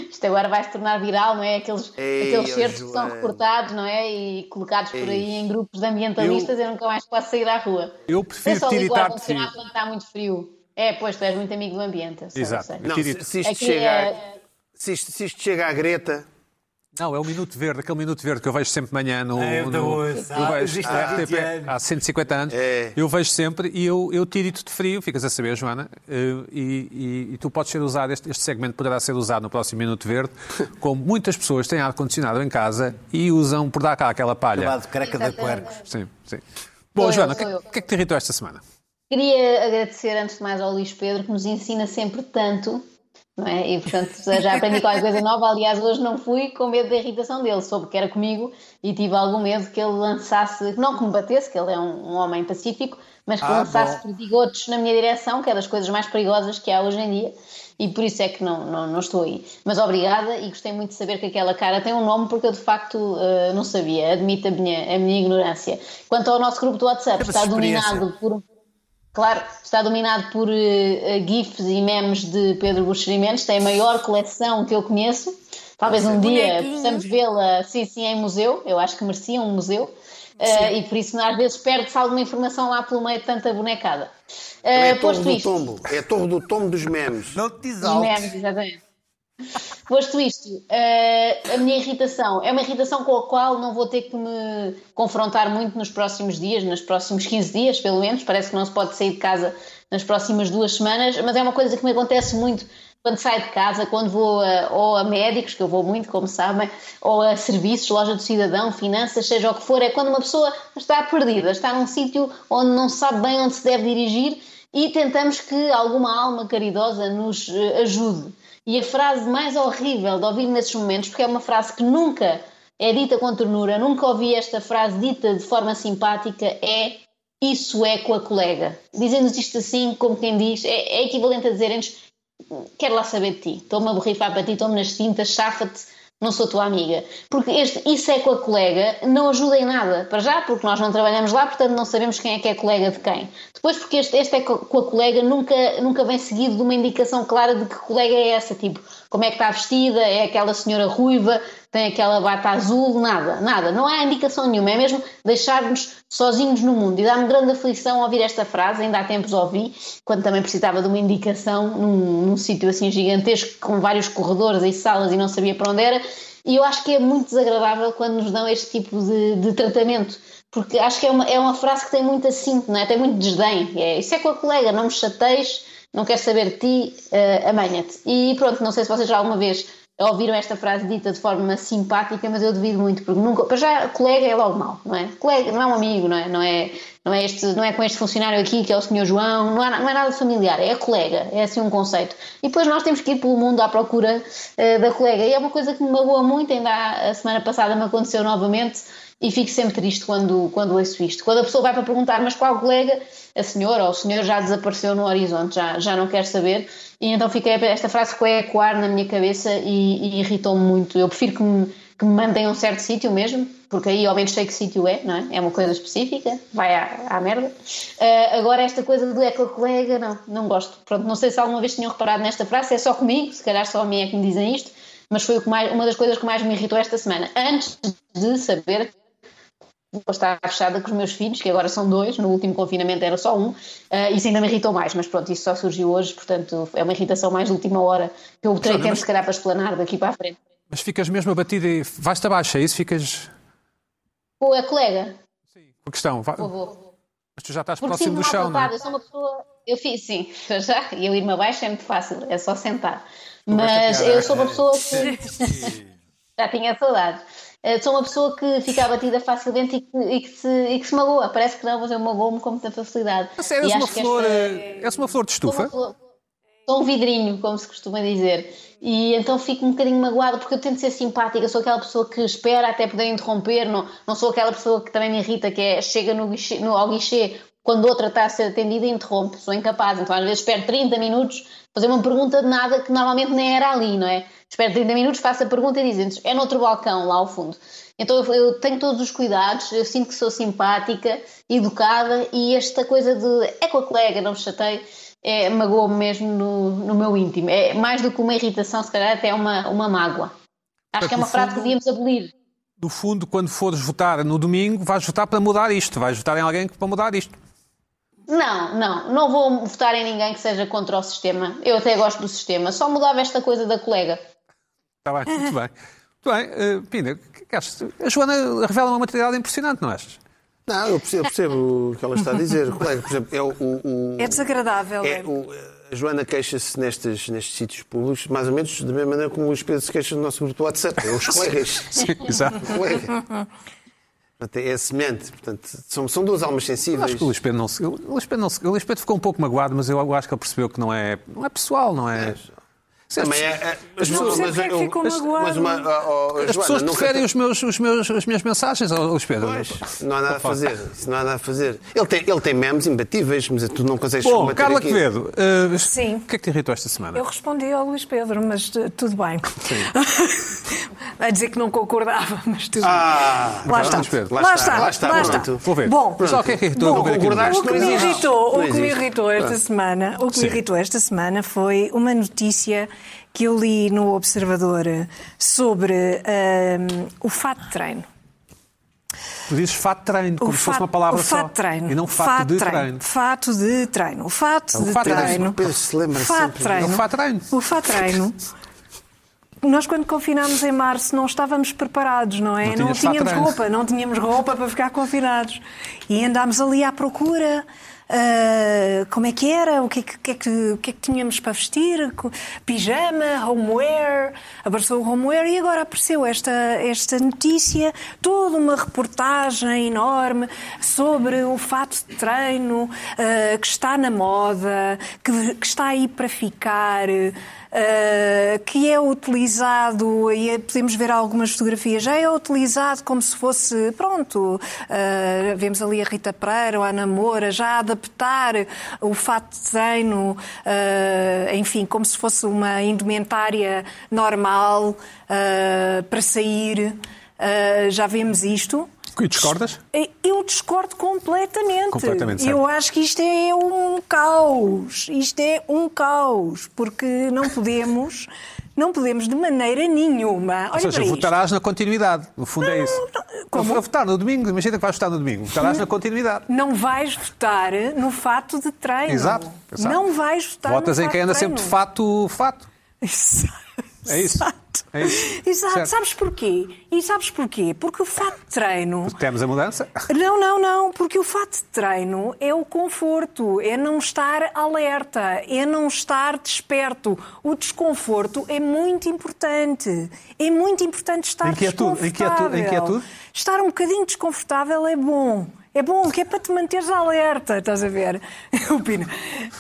S4: Isto agora vai se tornar viral, não é? Aqueles,
S2: Ei,
S4: aqueles
S2: ó,
S4: certos que são
S2: Joana.
S4: recortados, não é? E colocados por aí em grupos de ambientalistas, eu, nunca mais posso sair à rua.
S1: Eu prefiro
S4: é só
S1: te
S4: ligo o
S1: irritar de ti.
S4: ar-condicionado quando está muito frio. É, pois, tu és muito amigo do ambiente. Eu sei, eu
S1: Exato.
S4: sei.
S2: Não, se, se isto
S4: Aqui
S2: chega,
S4: é-
S2: se, isto, se isto chega à Greta.
S1: Não, é o Minuto Verde, aquele Minuto Verde que eu vejo sempre de manhã no.
S5: Ah, eu
S1: no-
S5: ouço.
S1: eu
S5: Ah,
S1: vejo
S5: existe há
S1: na
S5: 20
S1: RTP,
S5: anos.
S1: há 150 anos.
S2: É.
S1: Eu vejo sempre e eu, eu tiro-te de frio, ficas a saber, Joana, eh, e, e- e tu podes ser usado, este, este segmento poderá ser usado no próximo Minuto Verde, como muitas pessoas têm ar-condicionado em casa e usam por dar cá aquela palha.
S5: Chamado creca da Quercos.
S1: Sim, sim. Bom,
S4: eu,
S1: Joana, o
S4: sou
S1: que,
S4: eu.
S1: o que é que te irritou esta semana?
S4: Queria agradecer, antes de mais, ao Luís Pedro, que nos ensina sempre tanto, não é? E, portanto, já aprendi qualquer coisa nova. Aliás, hoje não fui com medo da irritação dele. Soube que era comigo e tive algum medo que ele lançasse, não que me batesse, que ele é um, um homem pacífico, mas que
S5: Ah,
S4: lançasse
S5: bom.
S4: perdigotos na minha direção, que é das coisas mais perigosas que há hoje em dia. E por isso é que não, não, não estou aí. Mas obrigada e gostei muito de saber que aquela cara tem um nome, porque eu de facto eh, não sabia. Admito a minha, a minha ignorância. Quanto ao nosso grupo do WhatsApp,
S5: Temos
S4: está
S5: É experiência.
S4: dominado por. Claro, está dominado por eh, eh, GIFs e memes de Pedro Buxerimentos, tem a maior coleção que eu conheço. Talvez um dia
S3: Bonequinhos.
S4: possamos vê-la, sim, sim, em museu. Eu acho que merecia um museu. Eh, e por isso, às vezes, perde-se alguma informação lá pelo meio de tanta bonecada. Eh,
S2: É a Torre
S4: posto
S2: do
S4: isto,
S2: Tombo. É a Torre do Tombo dos memes.
S5: Não te diz
S4: os
S5: alto.
S4: memes, exatamente. Posto isto, eh, a minha irritação é uma irritação com a qual não vou ter que me confrontar muito nos próximos dias, nos próximos 15 dias, pelo menos. Parece que não se pode sair de casa nas próximas duas semanas, mas é uma coisa que me acontece muito quando saio de casa, quando vou a- ou a médicos, que eu vou muito, como sabem, ou a serviços, loja do cidadão, finanças, seja o que for. É quando uma pessoa está perdida, está num sítio onde não sabe bem onde se deve dirigir e tentamos que alguma alma caridosa nos eh, ajude. E a frase mais horrível de ouvir nesses momentos, porque é uma frase que nunca é dita com ternura, nunca ouvi esta frase dita de forma simpática, é isso é com a colega. Dizendo-nos isto assim, como quem diz, é, é equivalente a dizerem-nos quero lá saber de ti, estou-me a borrifar para ti, estou-me nas tintas, chafa-te, não sou tua amiga. Porque este, isso é com a colega, não ajuda em nada, para já, porque nós não trabalhamos lá, portanto não sabemos quem é que é colega de quem. Depois, porque este, este é co- com a colega, nunca, nunca vem seguido de uma indicação clara de que colega é essa, tipo, como é que está vestida, é aquela senhora ruiva, tem aquela bata azul, nada, nada, não há indicação nenhuma, é mesmo deixar-nos sozinhos no mundo. E dá-me grande aflição ouvir esta frase, ainda há tempos ouvi, quando também precisava de uma indicação num, num sítio assim gigantesco, com vários corredores e salas e não sabia para onde era, e eu acho que é muito desagradável quando nos dão este tipo de, de tratamento, porque acho que é uma, é uma frase que tem muito assim, não é? Tem muito desdém, é, isso é com a colega, não me chateis, não quero saber de ti, eh, amanha-te. E pronto, não sei se vocês já alguma vez ouviram esta frase dita de forma simpática, mas eu duvido muito, porque nunca. Para já, colega é logo mau, não é? Colega não é um amigo, não é? Não é, Não é, este, não é com este funcionário aqui que é o senhor João, não é, na- não é nada familiar, é a colega, é assim um conceito. E depois nós temos que ir pelo mundo à procura eh, da colega. E é uma coisa que me magoa muito, ainda há- a semana passada me aconteceu novamente e fico sempre triste quando, quando ouço isto. Quando a pessoa vai para perguntar, mas qual colega? A senhora ou o senhor já desapareceu no horizonte, já, já não quer saber. E então fiquei, esta frase ficou a ecoar na minha cabeça e, e irritou-me muito. Eu prefiro que me, que me mandem a um certo sítio mesmo, porque aí ao menos sei que sítio é, não é? É uma coisa específica, vai à, à merda. Ah, agora esta coisa do é com a colega, não, não gosto. Pronto, não sei se alguma vez tinham reparado nesta frase, é só comigo, se calhar só a mim é que me dizem isto, mas foi o que mais- uma das coisas que mais me irritou esta semana. Antes de saber vou estar fechada com os meus filhos, que agora são dois, no último confinamento era só um, ah, isso ainda me irritou mais, mas pronto, isso só surgiu hoje, portanto é uma irritação mais de última hora, que eu terei
S1: Joana,
S4: tempo
S1: mas-
S4: se calhar para explanar daqui para a frente.
S1: Mas ficas mesmo abatido e vais-te abaixo, é isso? Ficas
S4: Com a colega,
S1: com a questão. Vai-
S4: por favor.
S1: Mas tu já estás
S4: Porque
S1: próximo
S4: sinto-me
S1: do chão, não
S4: maltratada,
S1: é?
S4: eu sou uma pessoa. Eu fiz, sim, eu já, eu ir-me abaixo é muito fácil, é só sentar. Mas
S3: piada.
S4: eu sou uma pessoa que. já tinha saudades. Eh, Sou uma pessoa que fica abatida facilmente e que, e que se, e que se magoa. Parece que não, mas eu magoo-me com muita facilidade.
S1: Mas eras
S4: E
S1: uma
S4: acho que
S1: flor,
S4: esta-
S1: eh, és uma flor de
S4: Sou uma
S1: estufa?
S4: flor- Sou um vidrinho, como se costuma dizer. E então fico um bocadinho magoada porque eu tento ser simpática, sou aquela pessoa que espera até poder interromper, não, não sou aquela pessoa que também me irrita, que é chega no guichê- no- ao guichê quando outra está a ser atendida e interrompe, sou incapaz. Então às vezes espero 30 minutos fazer uma pergunta de nada que normalmente nem era ali, não é? Espero 30 minutos, faço a pergunta e dizem é noutro balcão, lá ao fundo. Então eu, eu tenho todos os cuidados, eu sinto que sou simpática, educada e esta coisa de é com a colega, não me chatei é, magoa-me mesmo no, no meu íntimo. É mais do que uma irritação, se calhar até uma, uma mágoa. Acho que é
S1: Portanto, no
S4: uma frase que
S1: fundo-
S4: devíamos abolir.
S1: No fundo, quando fores votar no domingo, vais votar para mudar isto. Vais votar em alguém que- para mudar isto.
S4: Não, não, não vou votar em ninguém que seja contra o sistema. Eu até gosto do sistema, só mudava esta coisa da colega.
S1: Está bem, muito bem. Muito bem, eh, Pina, o que é que achas? a Joana revela uma materialidade impressionante, não achas?
S2: Não, eu percebo, eu percebo o que ela está a dizer. Colega, por exemplo, é o. o- o-
S3: É desagradável,
S2: é o- a Joana queixa-se nestes, nestes sítios públicos, mais ou menos da mesma maneira como o Luís Pedro se queixa do nosso grupo do WhatsApp. É os colegas.
S1: Sim, exato.
S2: O colega. Portanto, É semente. Portanto, são, são duas almas sensíveis.
S1: Eu acho que o Luís Pedro não se. O Luís Pedro, não se- o Luís Pedro ficou um pouco magoado, mas eu acho que ele percebeu que não é, não é pessoal, não é. Sim, as
S2: Também é, é- mas
S3: não
S2: não-
S3: percebo
S2: mas
S3: porque é que
S2: eu-
S3: ficou
S2: mas-
S3: magoado.
S2: mas uma- oh, oh,
S1: As
S2: Joana,
S1: pessoas
S2: nunca-
S1: preferem os meus, os meus, as minhas mensagens, ó, Luís Pedro.
S2: Pois, não há nada a fazer. Isso não há nada a fazer. Ele tem, ele tem memes imbatíveis, mas tu não consegues
S1: Bom,
S2: combater
S1: Carla
S2: aquilo.
S1: Quevedo, eh,
S3: Sim.
S1: o que é que te irritou esta semana?
S3: Eu respondi ao Luís Pedro, mas eh, tudo bem. a dizer que não concordava, mas tudo
S2: Ah,
S3: bem. Lá está.
S1: Luís Pedro,
S2: lá
S3: Lá
S2: está,
S3: está.
S2: lá está,
S3: Lá está.
S2: pronto.
S1: Vou ver.
S3: Bom,
S1: Mas, ó, o que é que irritou?
S2: Bom,
S1: Vou ver aqui no
S2: concordaste
S1: meio.
S3: O que me
S2: Não existe.
S3: irritou,
S2: Não
S3: o que me
S2: existe.
S3: irritou esta
S2: Pronto.
S3: semana, o que
S1: Sim.
S3: me irritou esta semana foi uma notícia que eu li no Observador sobre hum, o fato de treino.
S1: Tu dizes fato de treino, como
S3: o
S1: se fosse
S3: fato-
S1: uma palavra
S3: o fato
S1: só.
S3: de treino.
S1: E não fato, de treino.
S3: Fato de treino. O fato
S1: É o
S3: de
S1: fato de treino.
S3: treino.
S2: Pedro se lembra
S3: Fato
S2: sempre. né?
S3: de
S1: É
S3: treino.
S1: um fato de treino.
S3: O fato treino. Nós, quando confinámos em março, não estávamos preparados, não
S1: Não
S3: é?
S1: tinhas fato
S3: tínhamos
S1: treino.
S3: roupa, não tínhamos roupa para ficar confinados. E andámos ali à procura. ah, como é que era? O que é que, o que é que- o que é que tínhamos para vestir? Co- Pijama, homeware. Apareceu o homeware e agora apareceu esta, esta notícia, toda uma reportagem enorme sobre o fato de treino ah, que está na moda, que, que está aí para ficar. Uh, que é utilizado, e é- podemos ver algumas fotografias, já é utilizado como se fosse, pronto, uh, vemos ali a Rita Pereira ou a Ana Moura, já a adaptar o fato de treino, uh, enfim, como se fosse uma indumentária normal uh, para sair. Uh, já vemos isto.
S1: Que discordas?
S3: Eu discordo completamente.
S1: Completamente, certo.
S3: Eu acho que isto é um caos. Isto é um caos. Porque não podemos, não podemos de maneira nenhuma.
S1: Ou
S3: Olha
S1: seja,
S3: para isto.
S1: votarás na continuidade. No fundo é isso.
S3: como?
S1: Não, votar no domingo, imagina que vais votar no domingo. Votarás na continuidade.
S3: Não vais votar no fato de treino.
S1: Exato, exato.
S3: Não vais votar
S1: Votas
S3: no
S1: em
S3: fato
S1: quem anda
S3: de
S1: sempre
S3: treino.
S1: de fato, fato. É isso.
S3: Exato.
S1: É isso.
S3: Exato.
S1: Certo.
S3: Sabes porquê? E sabes porquê? Porque o fato de treino
S1: Temos a mudança.
S3: Não, não, não, porque o fato de treino é o conforto, é não estar alerta, é não estar desperto. O desconforto é muito importante. É muito importante estar
S2: é
S1: Inquietude,
S3: desconfortável.
S1: inquietude, inquietude.
S3: Estar um bocadinho desconfortável é bom. É bom, que é para te manteres alerta, estás a ver? Opina.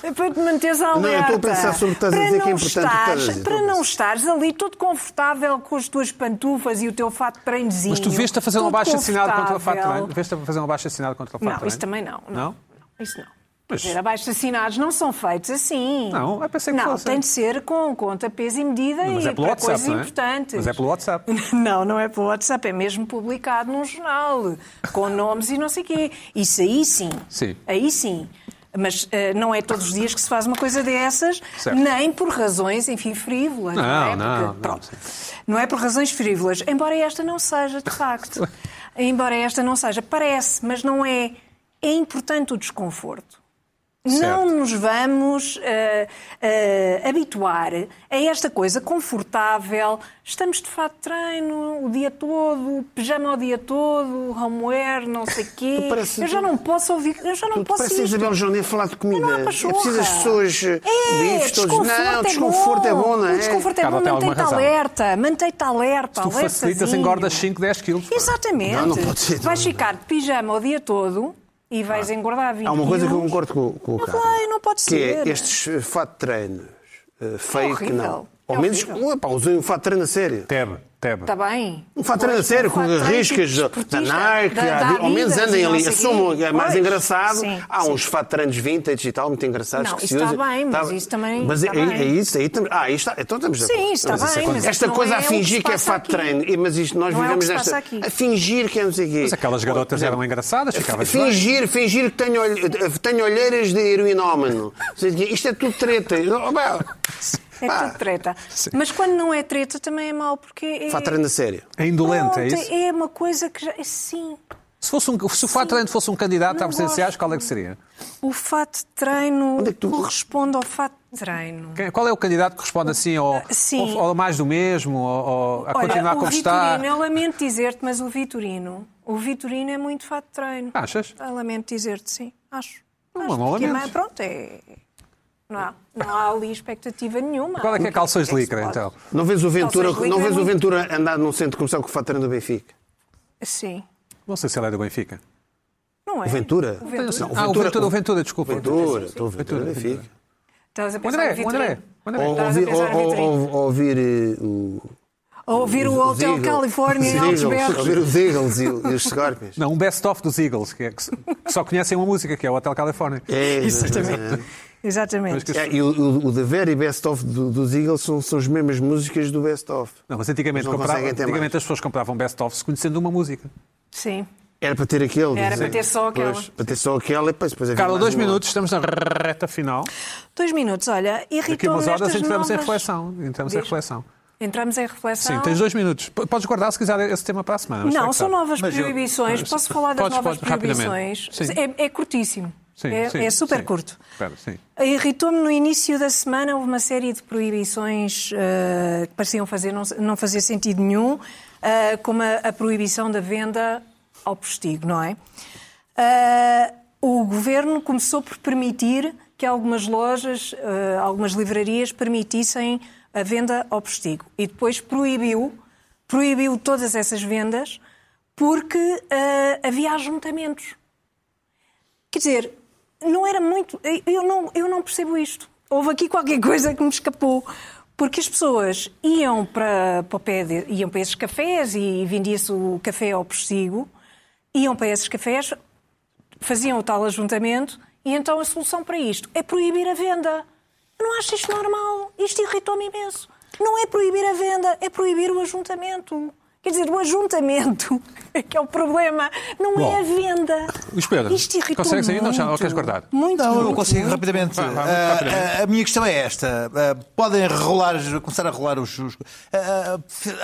S3: É para te manteres alerta.
S2: Não, eu estou a pensar sobre o que estás a
S3: Para
S2: dizer, que é importante
S3: não
S2: o que estás a
S3: estares-
S2: dizer, estou
S3: Para
S2: a
S3: não estares ali todo confortável com as tuas pantufas e o teu fato de treinozinho.
S1: Mas tu veste a fazer um
S3: todo
S1: abaixo assinado contra o
S3: confortável.
S1: Fato Treino? Veste a fazer um abaixo assinado contra o Fato
S3: Não, isso também
S1: Treino?
S3: não.
S1: Não?
S3: Isso não.
S1: Mas-
S3: Quer dizer, Abaixo assinados não são feitos assim.
S1: Não, eu pensei que
S3: Não,
S1: fossem.
S3: tem de ser com conta, peso e medida
S1: Mas
S3: e
S1: é pelo
S3: para
S1: WhatsApp,
S3: coisas
S1: não é?
S3: importantes.
S1: Mas é pelo WhatsApp.
S3: Não, não é pelo WhatsApp, é mesmo publicado num jornal, com nomes e não sei o quê. Isso aí sim.
S1: Sim.
S3: Aí sim. Mas eh, não é todos os dias que se faz uma coisa dessas,
S1: Certo.
S3: nem por razões, enfim, frívolas. Não,
S1: Não,
S3: é?
S1: não,
S3: Porque,
S1: não,
S3: pronto, não é por razões frívolas, embora esta não seja, de facto. embora esta não seja. Parece, mas não é. É importante o desconforto.
S1: Certo.
S3: Não nos vamos eh, eh, habituar a esta coisa confortável. Estamos de fato de treino o dia todo, pijama o dia todo, homeware, não sei quê.
S2: Tu pareces-
S3: eu já não posso ouvir, eu já não
S2: Tu
S3: posso
S2: parece a
S3: isto.
S2: Isabel João a falar de comida.
S3: Não há
S2: é
S3: pachorra.
S2: preciso as pessoas eh,
S3: É,
S2: livres todos.
S3: desconforto
S2: não,
S3: é
S2: desconforto é bom, não é?
S3: O desconforto é
S1: Carla
S3: bom,
S1: tem alguma
S3: mantém-te
S1: razão.
S3: alerta, mantém-te alerta,
S1: Tu facilitas,
S3: alertazinho.
S1: engordas 5, 10 quilos.
S3: Exatamente.
S2: Não, não pode ser, Ah.
S3: Vais ficar de pijama o dia todo e vais engordar 20
S2: Há uma coisa que eu
S3: quilos.
S2: concordo com, com o
S3: Não
S2: Carlos.
S3: vai, não pode
S2: que
S3: ser.
S2: é estes eh, fato de treinos eh, fake,
S3: horrível.
S2: não.
S3: É
S2: Ao menos,
S3: horrível.
S2: opa, usei um fato de treino a sério.
S1: Tebe, tebe.
S3: Está Tá bem?
S2: Um fato de treino a
S3: Pois,
S2: sério,
S3: um
S2: com
S3: fato de treino
S2: riscas eh,
S3: tipo
S2: da da
S3: desportista,
S2: Nike,
S3: da-
S2: Adi-
S3: da
S2: ao menos
S3: Adidas e
S2: andem
S3: não
S2: ali.
S3: sei
S2: Assumam,
S3: quê.
S2: é mais
S3: Pois,
S2: engraçado.
S3: sim,
S2: Há
S3: sim.
S2: uns fato de treinos vintage e tal, muito engraçados.
S3: Não,
S2: que
S3: isso
S2: se
S3: está
S2: usam.
S3: bem, mas
S2: Tá-
S3: isso também
S2: Mas
S3: está
S2: é, é
S3: bem.
S2: isso, aí também. Ah, isto está, então estamos de
S3: Sim,
S2: acordo.
S3: está
S2: Mas isso
S3: bem,
S2: é-
S3: mas
S2: Esta
S3: não
S2: coisa
S3: é
S2: a
S3: o que
S2: fingir
S3: se
S2: que é
S3: passa
S2: fato de
S3: aqui.
S2: treino. E- Mas isto nós
S3: Não é o que
S2: vivemos
S3: se
S2: nesta.
S3: passa aqui.
S2: A fingir que é não sei o quê.
S1: Mas aquelas garotas
S2: Olha,
S1: eram engraçadas, ficavas bem.
S2: Fingir, fingir que tenho, olhe- tenho olheiras de heroinómano. Ou seja, Isto é tudo treta. Oh, pá,
S3: É
S2: pá,
S3: tudo treta. Mas quando não é treta também é mau, porque é...
S2: Fato de treino a sério.
S1: É indolente, é
S3: Pronto,
S1: isso?
S3: é uma coisa que já... é Sim,
S1: Se, fosse um, se o Fato Treino fosse um candidato
S3: Não
S1: a presidenciais,
S3: gosto.
S1: qual é que seria?
S3: o fato de treino
S2: Onde é que tu-
S3: corresponde ao fato de treino.
S1: Quem- Qual é o candidato que responde assim ao,
S3: Ah, Sim.
S1: ao, ao mais do mesmo, ao, ao- a continuar
S3: Olha,
S1: como
S3: o
S1: está?
S3: Vitorino, é um eu lamento dizer-te, mas o Vitorino, o Vitorino é muito fato de treino.
S2: Ah,
S1: Achas?
S3: Eu Ah, lamento dizer-te, sim, acho.
S1: Não,
S3: Acho,
S1: não
S3: porque é
S1: lamento.
S3: mais- Pronto, é... Não há, não há ali expectativa nenhuma.
S1: Qual é que é
S3: Muito-
S1: calções de
S3: se
S1: licra,
S3: pode.
S1: então?
S2: Não vês o Ventura,
S3: Calções de
S2: não
S3: líder é
S2: vês o
S3: muito.
S2: Ventura andar num centro comercial com o fato de treino do Benfica?
S3: Sim,
S1: Não sei se ele é do Benfica.
S3: não é?
S2: O Ventura?
S3: O Ventura.
S2: Não,
S1: Ah, o Ventura, o Ventura, desculpa.
S2: Ventura, estou Ventura, Benfica.
S3: Estás a
S1: O
S3: pensar
S1: André,
S3: no
S1: o André,
S3: Vitorino?
S1: o André.
S2: Ou
S3: Estás a
S2: ouvi-
S3: pensar no
S2: ou-
S3: Vitorino.
S2: ou- ou ouvir eh, o.
S3: A ouvir o
S2: os
S3: Hotel
S2: Eagles.
S3: California
S2: Os
S3: em
S2: Eagles,
S3: Altos
S2: Ouvir os Eagles e, o- e os Scorpions.
S1: Não, um best-of dos Eagles, que, é- que só conhecem uma música, que é o Hotel California.
S2: É,
S3: Exatamente. Exatamente.
S2: é, e o, o, o The Very Best Of do- dos Eagles são, são as mesmas músicas do Best Of.
S1: Não, mas antigamente,
S2: Mas não
S1: comprava-
S2: conseguem ter mais.
S1: antigamente as pessoas compravam best-ofs conhecendo uma música.
S3: Sim.
S2: Era para ter aquele.
S3: Era
S2: dizem.
S3: para ter só aquela.
S2: Pois, para ter só aquela e depois, depois havia
S1: Carla,
S2: mais
S1: dois
S2: uma.
S1: minutos, estamos na reta final.
S3: Dois minutos, olha, irritou-me
S1: Daqui a umas horas
S3: estas
S1: entramos em
S3: novas-
S1: reflexão. Entramos em
S3: Diz.
S1: reflexão.
S3: Entramos em reflexão.
S1: Sim, tens dois minutos. P- Podes guardar, se quiser, esse tema para a semana. mas
S3: Não,
S1: é que
S3: são
S1: sabe.
S3: novas
S5: Mas eu-
S3: proibições. Posso falar das
S1: Podes,
S3: novas
S1: podes, rapidamente.
S3: proibições?
S1: Sim.
S3: É, é curtíssimo.
S1: Sim,
S3: é,
S1: sim,
S3: é super
S1: sim.
S3: curto.
S1: Espera, sim.
S3: Irritou-me no início da semana, houve uma série de proibições eh, que pareciam fazer, não, não fazer sentido nenhum, eh, como a, a proibição da venda ao postigo, não é? Eh, o governo começou por permitir que algumas lojas, eh, algumas livrarias permitissem a venda ao postigo e depois proibiu, proibiu todas essas vendas porque eh, havia ajuntamentos. Quer dizer, não era muito. Eu não, eu não percebo isto. Houve aqui qualquer coisa que me escapou. Porque as pessoas iam para, para, o pé de- iam para esses cafés e vendia-se o café ao postigo, iam para esses cafés, faziam o tal ajuntamento, e então a solução para isto é proibir a venda. Eu não acho isto normal. Isto irritou-me imenso. Não é proibir a venda, é proibir o ajuntamento. Quer dizer, o ajuntamento é que é o problema, não
S1: Bom,
S3: é a venda.
S1: Luís Pedro,
S3: Isto irritou
S1: consegues ainda ou já-
S3: muito.
S1: ou queres guardar?
S3: Muito,
S5: Não, eu não
S3: muito,
S5: consigo
S3: muito.
S5: rapidamente.
S1: Vai, vai, muito
S5: Ah,
S1: rapidamente.
S5: ah, a minha questão é esta. Ah, podem rolar, começar a rolar os. os ah, ah,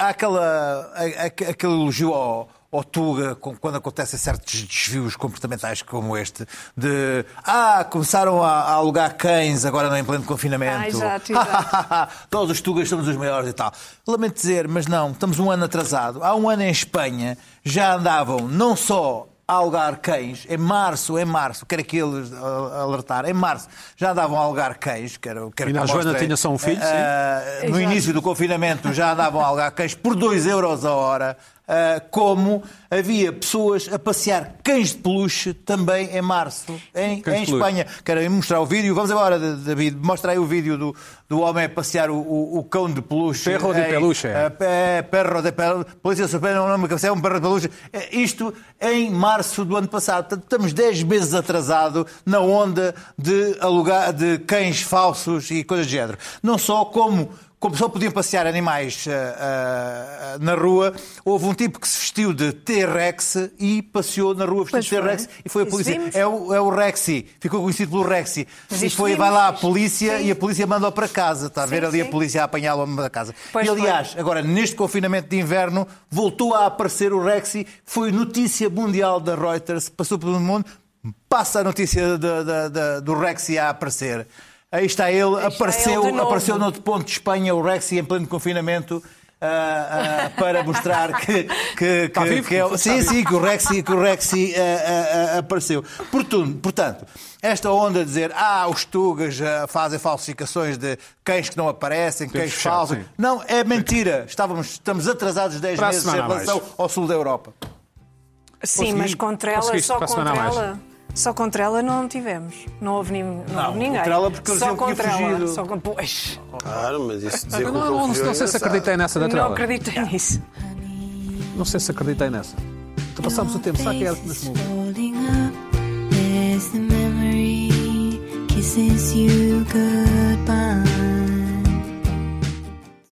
S5: há aquela, a- a- aquele elogio ao, ao Tuga com- quando acontecem certos desvios comportamentais como este, de ah, começaram a, a alugar cães agora não em pleno confinamento.
S3: Ah, exato, exato.
S5: Todos os Tugas somos os maiores e tal. Lamento dizer, mas não, estamos um ano atrasado. Há um ano em Espanha já andavam não só a alugar cães, em março, em março, quero aqui al- al- alertar, em março já andavam a alugar cães, quero, quero
S1: Ainda
S5: que
S1: a Joana
S5: mostrem,
S1: tinha só um filho, sim.
S5: eh, no
S3: Exato.
S5: início do confinamento já andavam a alugar cães por 2 euros a hora ah, como havia pessoas a passear cães de peluche também em março, em,
S1: Cães
S5: em
S1: de peluche.
S5: Espanha. Querem mostrar o vídeo? Vamos embora, David. Mostra aí o vídeo do, do homem a passear o, o- o cão de peluche.
S1: Perro de
S5: em-
S1: peluche.
S5: eh, pe- perro de peluche. Polícia Suprema não me é um perro de peluche. Eh, Isto em março do ano passado. Portanto, estamos 10 meses atrasado na onda de, alugar, de cães falsos e coisas do género. Não só como. Como só podiam passear animais eh, eh, na rua, houve um tipo que se vestiu de T-Rex e passeou na rua vestido de
S13: Pois foi.
S5: T-Rex e foi a
S13: Isso
S5: polícia.
S13: vimos.
S5: É o, é o Rexy, ficou conhecido pelo Rexy.
S13: Mas
S5: E
S13: isto
S5: foi,
S13: vimos.
S5: vai lá a polícia
S13: Sim.
S5: e a polícia manda-o para casa. Está a ver
S13: Sim,
S5: ali a
S13: sim.
S5: polícia a apanhá-lo para casa.
S13: Pois
S5: e aliás, agora neste confinamento de inverno, voltou a aparecer o Rexy, foi notícia mundial da Reuters, passou pelo mundo, passa a notícia da- da- da- do Rexy a aparecer. Aí está ele, apareceu,
S13: ele de novo.
S5: apareceu noutro ponto de Espanha, o Rexy em pleno confinamento. ah, ah, para mostrar que, que,
S13: Está
S5: que-
S13: vivo?
S5: que é o-
S13: Está
S5: sim,
S13: vivo.
S5: sim, que o Rexy, que o Rexy ah, ah, ah, apareceu. Portanto, portanto, esta onda de dizer ah, os tugas ah, fazem falsificações de cães que não aparecem,
S1: Tem que
S5: cães
S1: fechar,
S5: falsos.
S1: sim.
S5: Não, é mentira. Estávamos, estamos atrasados 10
S1: Para a
S5: meses em
S1: semana a
S5: relação ao sul da Europa.
S3: Sim, mas
S5: Conseguiste?
S3: com Trela,
S5: Conseguiste
S3: só
S5: para a
S3: com
S5: semana a mais.
S3: Trela. Só com Trela não tivemos. Não houve, nin- não
S5: Não,
S3: houve ninguém.
S5: com Trela porque eles
S3: só
S5: diziam que
S3: com
S5: tinha
S3: Trela.
S5: fugido.
S3: Só com... Pois.
S2: Claro, mas isso dizer
S1: Eu
S2: que o
S1: ah, não-
S2: cão
S1: não-
S2: fugiu é
S1: não sei se
S2: engraçado.
S1: acreditei nessa da
S3: Não
S1: Trela.
S3: acreditei
S5: É.
S3: nisso.
S1: Não sei se acreditei nessa. Então passamos o tempo, sabe que é nos mundos.
S14: Holding up, there's the memory, kisses you goodbye.